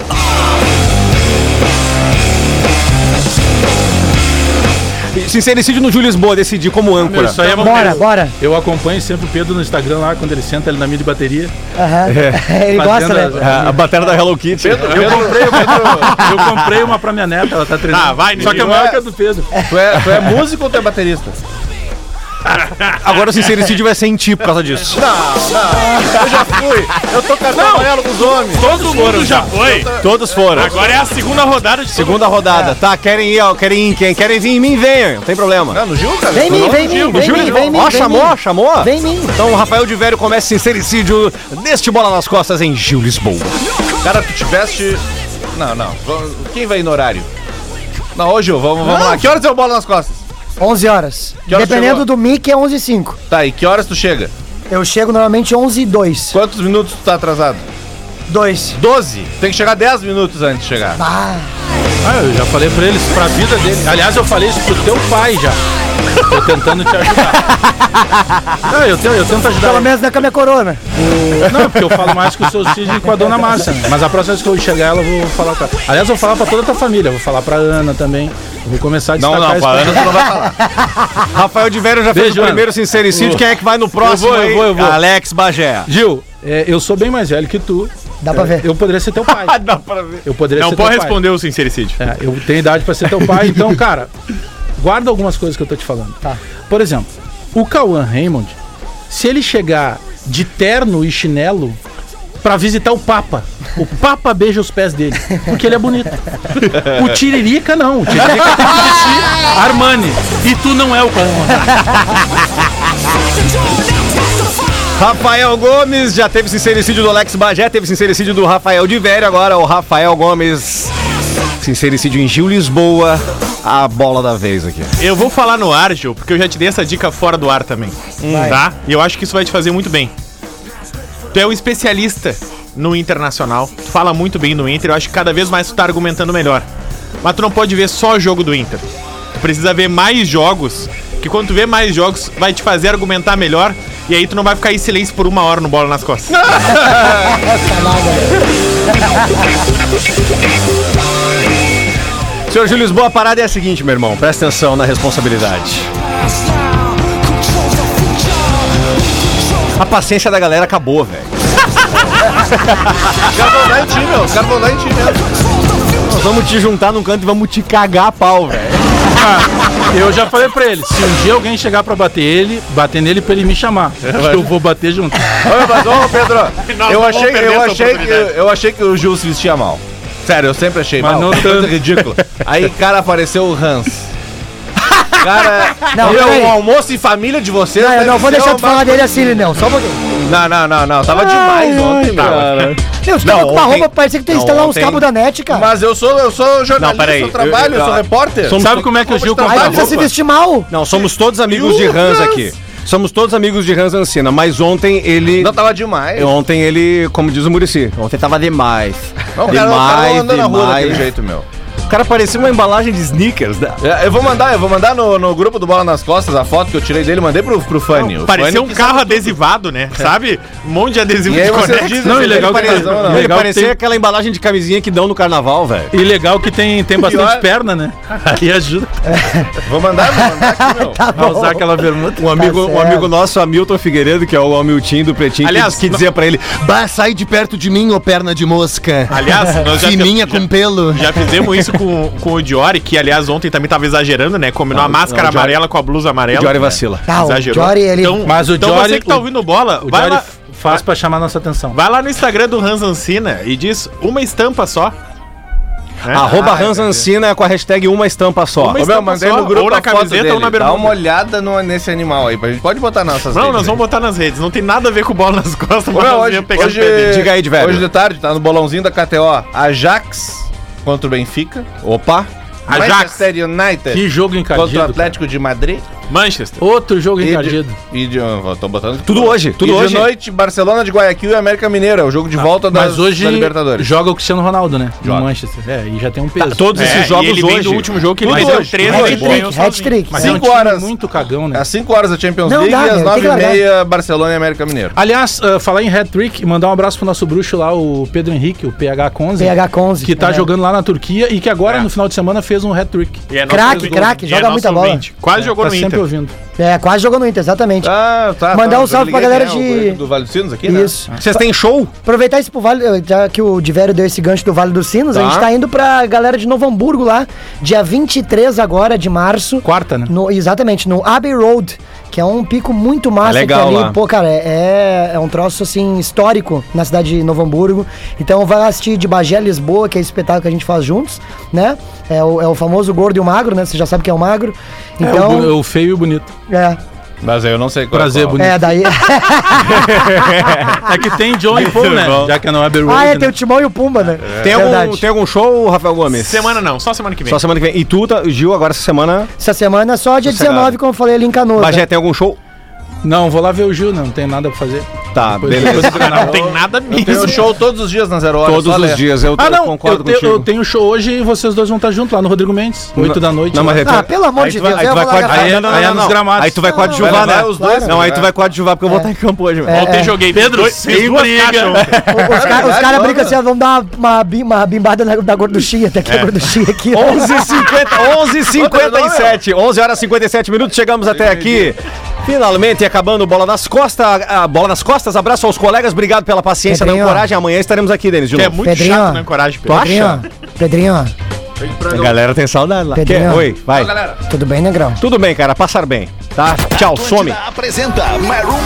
B: Sincericídio no Júlio Lisboa, decidir como âncora.
D: Isso aí é bom
F: bora,
D: mesmo.
F: bora.
E: Eu acompanho sempre o Pedro no Instagram lá, quando ele senta ali na minha de bateria.
F: Aham. Ele gosta,
E: Fazendo
F: né?
B: A, a bateria da Hello Kitty.
E: Eu comprei, eu comprei uma pra minha neta, ela tá treinando.
D: Ah, vai,
E: Só que a
D: Nil.
E: marca é do Pedro.
C: Tu é, tu é músico ou tu é baterista?
B: Agora o sincericídio vai ser em ti por causa disso.
C: Eu tô cartão amarelo com os homens.
D: Todo mundo já foi.
B: Todos foram.
D: Agora é a segunda rodada de
B: Segunda rodada, tá? Querem ir, ó, querem ir em quem? Querem vir em mim, venham. Não tem problema.
C: Ah, no Gil, cara?
F: Vem em mim, vem em mim, vem em mim, vem em mim.
B: Ó,
F: vem em
B: chamou,
F: mim.
B: chamou?
F: Vem em mim.
B: Então, o Rafael de Velho começa sincericídio neste Bola nas Costas em Gil Lisboa.
C: Cara, tu tiveste. Não, não. Vamos- Quem vai ir no horário? Não, ô Gil, vamos, vamos lá. Que horas é o bola nas costas?
F: 11 horas.
C: Que horas
F: Dependendo
C: chegou?
F: do mic, é 11 h 05
C: Tá, e que horas tu chega?
F: Eu chego normalmente 11 e 2.
C: Quantos minutos tu tá atrasado?
F: 2.
C: 12. Tem que chegar 10 minutos antes de chegar.
F: Ah,
E: Ah, eu já falei pra eles, pra vida dele. Aliás, eu falei isso pro teu pai já. Tô tentando te ajudar. Não, eu, tento, eu tento ajudar.
F: pelo
E: ele.
F: menos não é com a minha corona.
E: Não, porque eu falo mais com o seu Cid e com a dona Márcia. né? Mas a próxima vez que eu enxergar ela, eu vou falar com ela. Aliás, eu vou falar pra toda a tua família. Eu vou falar pra Ana também. Eu vou começar a
B: Não,
E: destacar
B: não,
E: isso
B: pra
E: pra-
B: Ana tu não vai falar. Rafael de Velho já fez
E: Beijo,
B: o
E: Ana.
B: primeiro sincericídio. Quem é que vai no próximo?
E: Eu vou, eu
B: aí?
E: vou, eu vou.
B: Alex Bagé.
E: Gil, é, eu sou bem mais velho que tu.
F: Dá pra ver.
E: Eu poderia ser teu pai.
B: Dá pra ver.
E: Eu poderia
D: Não
E: ser
D: pode
E: teu pai.
D: responder o sincericídio.
E: É, eu tenho idade pra ser teu pai, então, cara, guarda algumas coisas que eu tô te falando.
F: Tá.
E: Por exemplo, o Cauã Raymond, se ele chegar de terno e chinelo pra visitar o Papa, o Papa beija os pés dele, porque ele é bonito. O Tiririca não, o Tiririca tem que vestir Armani, e tu não é o Cauã. Raymond.
B: Rafael Gomes já teve sincericídio do Alex Bagé, teve sincericídio do Rafael de Velho. Agora o Rafael Gomes. Sincericídio em Gil Lisboa. A bola da vez aqui.
D: Eu vou falar no ar, Gil, porque eu já te dei essa dica fora do ar também.
C: Hum.
D: Tá? E eu acho que isso vai te fazer muito bem. Tu é um especialista no internacional, tu fala muito bem do Inter, eu acho que cada vez mais tu tá argumentando melhor. Mas tu não pode ver só jogo do Inter. Tu precisa ver mais jogos, que quando tu vê mais jogos, vai te fazer argumentar melhor, e aí tu não vai ficar em silêncio por uma hora no bola nas costas.
B: Senhor Gil Lisboa, a parada é a seguinte, meu irmão. Presta atenção na responsabilidade. A paciência da galera acabou, velho.
C: Os caras vão dar em ti, meu. Os caras vão dar em ti mesmo.
B: Nós vamos te juntar num canto e vamos te cagar a pau, velho.
E: Eu já falei pra ele, se um dia alguém chegar pra bater ele, bater nele pra ele me chamar, eu vou bater junto.
C: Ô, mas, ô, Pedro,
D: Nós
C: eu
D: vamos
C: achei,
D: perder
C: eu,
D: essa
C: achei que,
D: oportunidade.
C: eu achei que o Gil se vestia mal. Sério, eu sempre achei
E: Mas
C: mal.
E: não
C: Que coisa
E: tanto.
C: ridícula. Aí, cara, apareceu o Hans. Cara,
F: Não,
C: meu,
F: peraí.
C: o almoço em família de vocês.
F: Não, Ah, eu
C: deve
F: não vou
C: ser
F: deixar
C: uma
F: tu falar dele assim, Lineu. Só um pouquinho.
C: Não, não, não, não. Tava demais ontem, cara.
F: Meu, tu tava
C: Não,
F: com uma
C: ontem-
F: roupa, parecia que tu ia
C: não,
F: instalar uns
C: ontem-
F: cabos da net, cara.
C: Mas eu sou, eu sou jornalista,
B: Não, peraí,
C: eu trabalho,
B: eu-
C: eu,
B: eu-
C: sou repórter.
E: Sabe como é que o Gil
F: Aí
E: comprou a
F: tu precisa se
E: roupa?
F: vestir mal.
B: Não, somos todos amigos
C: E o
B: de Hans
C: Hans?
B: aqui. Somos todos amigos de Hans Ancina, mas ontem ele.
C: Não, tava demais.
B: Ontem ele, como diz o Murici, ontem tava demais.
C: Não, o cara, o cara não
B: demais,
C: anda na rua daquele
B: demais.
C: jeito, meu.
B: cara parecia uma embalagem de sneakers. Né?
C: É, Eu vou mandar, eu vou mandar no, no grupo do Bola nas Costas a foto que eu tirei dele, mandei pro, pro Fanny. O Fanny
D: Pareceu um
C: que
D: carro adesivado, né? Sabe? Um monte de adesivo
C: É. E aí
D: de
C: você
D: Conex.
C: diz,
E: Não,
C: se
E: e legal
C: ele
E: que-
C: pareceu ou não.
B: Ele é.
E: Legal que
B: parecia
E: tem-
B: aquela embalagem de camisinha que dão no carnaval, velho.
E: E legal que tem, tem bastante
C: Pior-
E: perna, né? Aí ajuda
C: Vou mandar, vou mandar aqui, meu.
E: a usar aquela bermuda.
B: Um amigo, um
F: certo.
B: amigo nosso, Hamilton Figueiredo, que é o Hamilton do Pretinho,
D: Aliás,
B: que, que
D: não-
B: dizia pra ele:
J: Bah, sai de perto de mim, ô perna de mosca.
D: Aliás, nós já,
J: Fininha com pelo.
D: já fizemos isso com, com o Diori, que aliás ontem também tava exagerando, né? Combinou a máscara amarela com a blusa amarela.
B: Diori vacila.
F: Tá, o
D: Exagerou.
F: Diori, ele-
D: Então,
E: Mas o
D: então
E: Diori-
D: você que tá
E: o-
D: ouvindo bola,
E: O
D: vai
E: Johnny
D: lá,
E: f- faz pra chamar nossa atenção.
D: vai lá no Instagram do Hans Ancina e diz uma estampa só. Né?
B: Arroba Hans Ancina com a hashtag uma estampa só.
D: Uma
C: Ô, meu, mandei
D: só,
C: no grupo
D: ou na
C: a foto
D: camiseta
C: dele.
D: ou na bermuda.
C: Dá uma olhada no- nesse animal aí, pra gente pode botar nossas
D: Não,
C: redes
D: nós
C: aí.
D: vamos botar nas redes. Não tem nada a ver com bola nas costas,
C: Ô,
D: mas
C: meu,
D: nós
C: hoje,
D: ia pegar
C: hoje,
D: o
B: Diga aí, de velho.
C: Hoje de tarde, tá no bolãozinho da KTO. Ajax contra o Benfica.
B: Opa!
D: Ajax.
C: Manchester United
E: Que jogo
C: contra o
E: encardido. cara.
C: Atlético de Madrid.
D: Manchester.
E: Outro jogo
C: E de-
E: encardido.
C: E de, eu tô botando
B: Tudo hoje, tudo
C: e
B: hoje.
C: de noite, Barcelona de Guayaquil e América Mineira. O jogo de volta das,
E: Mas hoje
C: da Libertadores.
E: joga o Cristiano Ronaldo, né?
C: Joga.
E: No Manchester. É, e já tem um peso.
B: todos
D: É,
B: esses jogos
D: e ele vem
B: hoje.
D: do último jogo que ele
C: Tudo
D: perdeu
C: hoje,
D: 13
C: tudo
D: ele
C: hoje.
D: ganhou sozinho.
F: Hat-trick.
E: Mas é um
C: cinco
E: time
C: horas.
E: muito cagão, né?
C: É Às 5 horas da Champions
F: Não
C: League
F: dá,
C: e às
F: meu, tem que
C: 9 e
F: largar.
C: meia, Barcelona e América Mineira.
E: Aliás, ah, falar em hat-trick, mandar um abraço pro nosso bruxo lá, o Pedro Henrique, o PH Conze.
F: PH Conze,
E: Que tá
F: é.
E: jogando lá na Turquia e que agora, no final de semana, fez um hat-trick.
D: E é nosso
F: Craque,
D: ouvinte.
F: craque,
D: E
F: joga
D: nosso
F: muita bola.
D: ouvinte. Quase jogou
E: Tá
D: no
E: sempre
D: Inter.
E: ouvindo.
F: É, quase jogou no Inter, exatamente.
C: Ah, tá.
F: Mandar um
C: eu
F: salve pra
C: liguei
F: galera
C: quem é, o
F: de-
C: guri Do Vale dos Sinos aqui, né?
F: Isso.
B: Vocês têm show?
F: Aproveitar isso pro Vale, eh, já que o Divério deu esse gancho do Vale dos Sinos, a gente tá indo pra galera de Novo Hamburgo lá, dia 23 agora de março.
E: Quarta, né?
F: No- exatamente, no Abbey Road, que é um pico muito massa
B: É legal
F: que
B: lá.
F: Pô, cara, é, é um troço assim histórico na cidade de Novo Hamburgo. Então vai assistir de Bagé a Lisboa, que é esse espetáculo que a gente faz juntos, né? É o, é o famoso gordo e o magro, né? Você já sabe que é o magro.
E: É, o bu-
F: Então,
E: o, feio e o bonito.
F: é,
C: Mas eu não sei qual
E: Prazer,
C: qual.
E: bonito.
F: é, daí.
E: É que tem John e Paul, né? Já que é no Abbey Road,
F: ah, é, tem
E: né?
F: o Timão e o Pumba, né?
B: Tem algum,
F: Verdade.
B: tem algum show, Rafael Gomes?
D: Semana não, só semana que vem.
B: Só semana que vem. E tu, tá- Gil, agora essa semana.
F: Essa semana é só dia
B: Sossegado.
F: 19, como eu falei ali em Canoas. né?
B: Bagé, tem algum show?
E: Não, vou lá ver o Gil, não, não tem nada pra fazer.
B: Tá,
E: Depois-
B: beleza.
D: Ah, não tem nada mesmo.
C: Tem um show todos os dias nas zero horas.
B: Todos
C: só
B: os
C: lê.
B: dias, eu,
E: Ah,
B: eu
E: não,
B: concordo
E: eu, te- eu
B: contigo.
E: tenho show hoje e vocês dois vão estar junto lá no Rodrigo Mendes, 8 da noite.
B: Não,
E: lá.
B: mas
F: Ah,
B: repete.
F: pelo amor de Deus,
B: Aí
F: eu
B: tu vai
F: vou largar
E: aí
B: coadjuvar,
E: é-
F: pra-
E: não, não, não.
B: Aí tu vai coadjuvar,
C: Vai
B: né?
C: levar os dois,
B: Não, aí
C: né?
B: tu vai coadjuvar porque eu vou
F: É.
B: estar em campo hoje, velho.
D: Ontem joguei Pedro, dois, fiz duas caixas ontem.
F: Os caras
C: verdade,
F: cara
C: vamos, né?
F: brincam assim, ó, vamos dar uma, uma, bi- uma bimbada na, na gorduchinha, até que
B: É.
F: a gorduchinha aqui.
B: 11h57, 11 horas e 57 minutos, chegamos até aqui. Finalmente acabando o bola nas costas, a bola nas costas. Abraço aos colegas, obrigado pela paciência, da
F: Pedrinho.
B: coragem. Amanhã estaremos aqui, Denis. de
D: Que é
B: novo.
D: muito
F: Pedrinho.
D: chato, né? Coragem, Pedro.
F: Pedrinho, Pedrinho,
B: A galera tem saudade lá.
F: Pedrinho.
B: Quer? Oi, vai.
F: tudo bem, negrão?
B: Tudo bem, cara, passar bem, tá? Tchau, some.
A: apresenta Maroon 5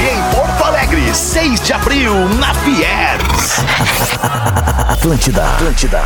A: em Porto Alegre, 6 de abril, na Fiers. Atlântida. Atlântida.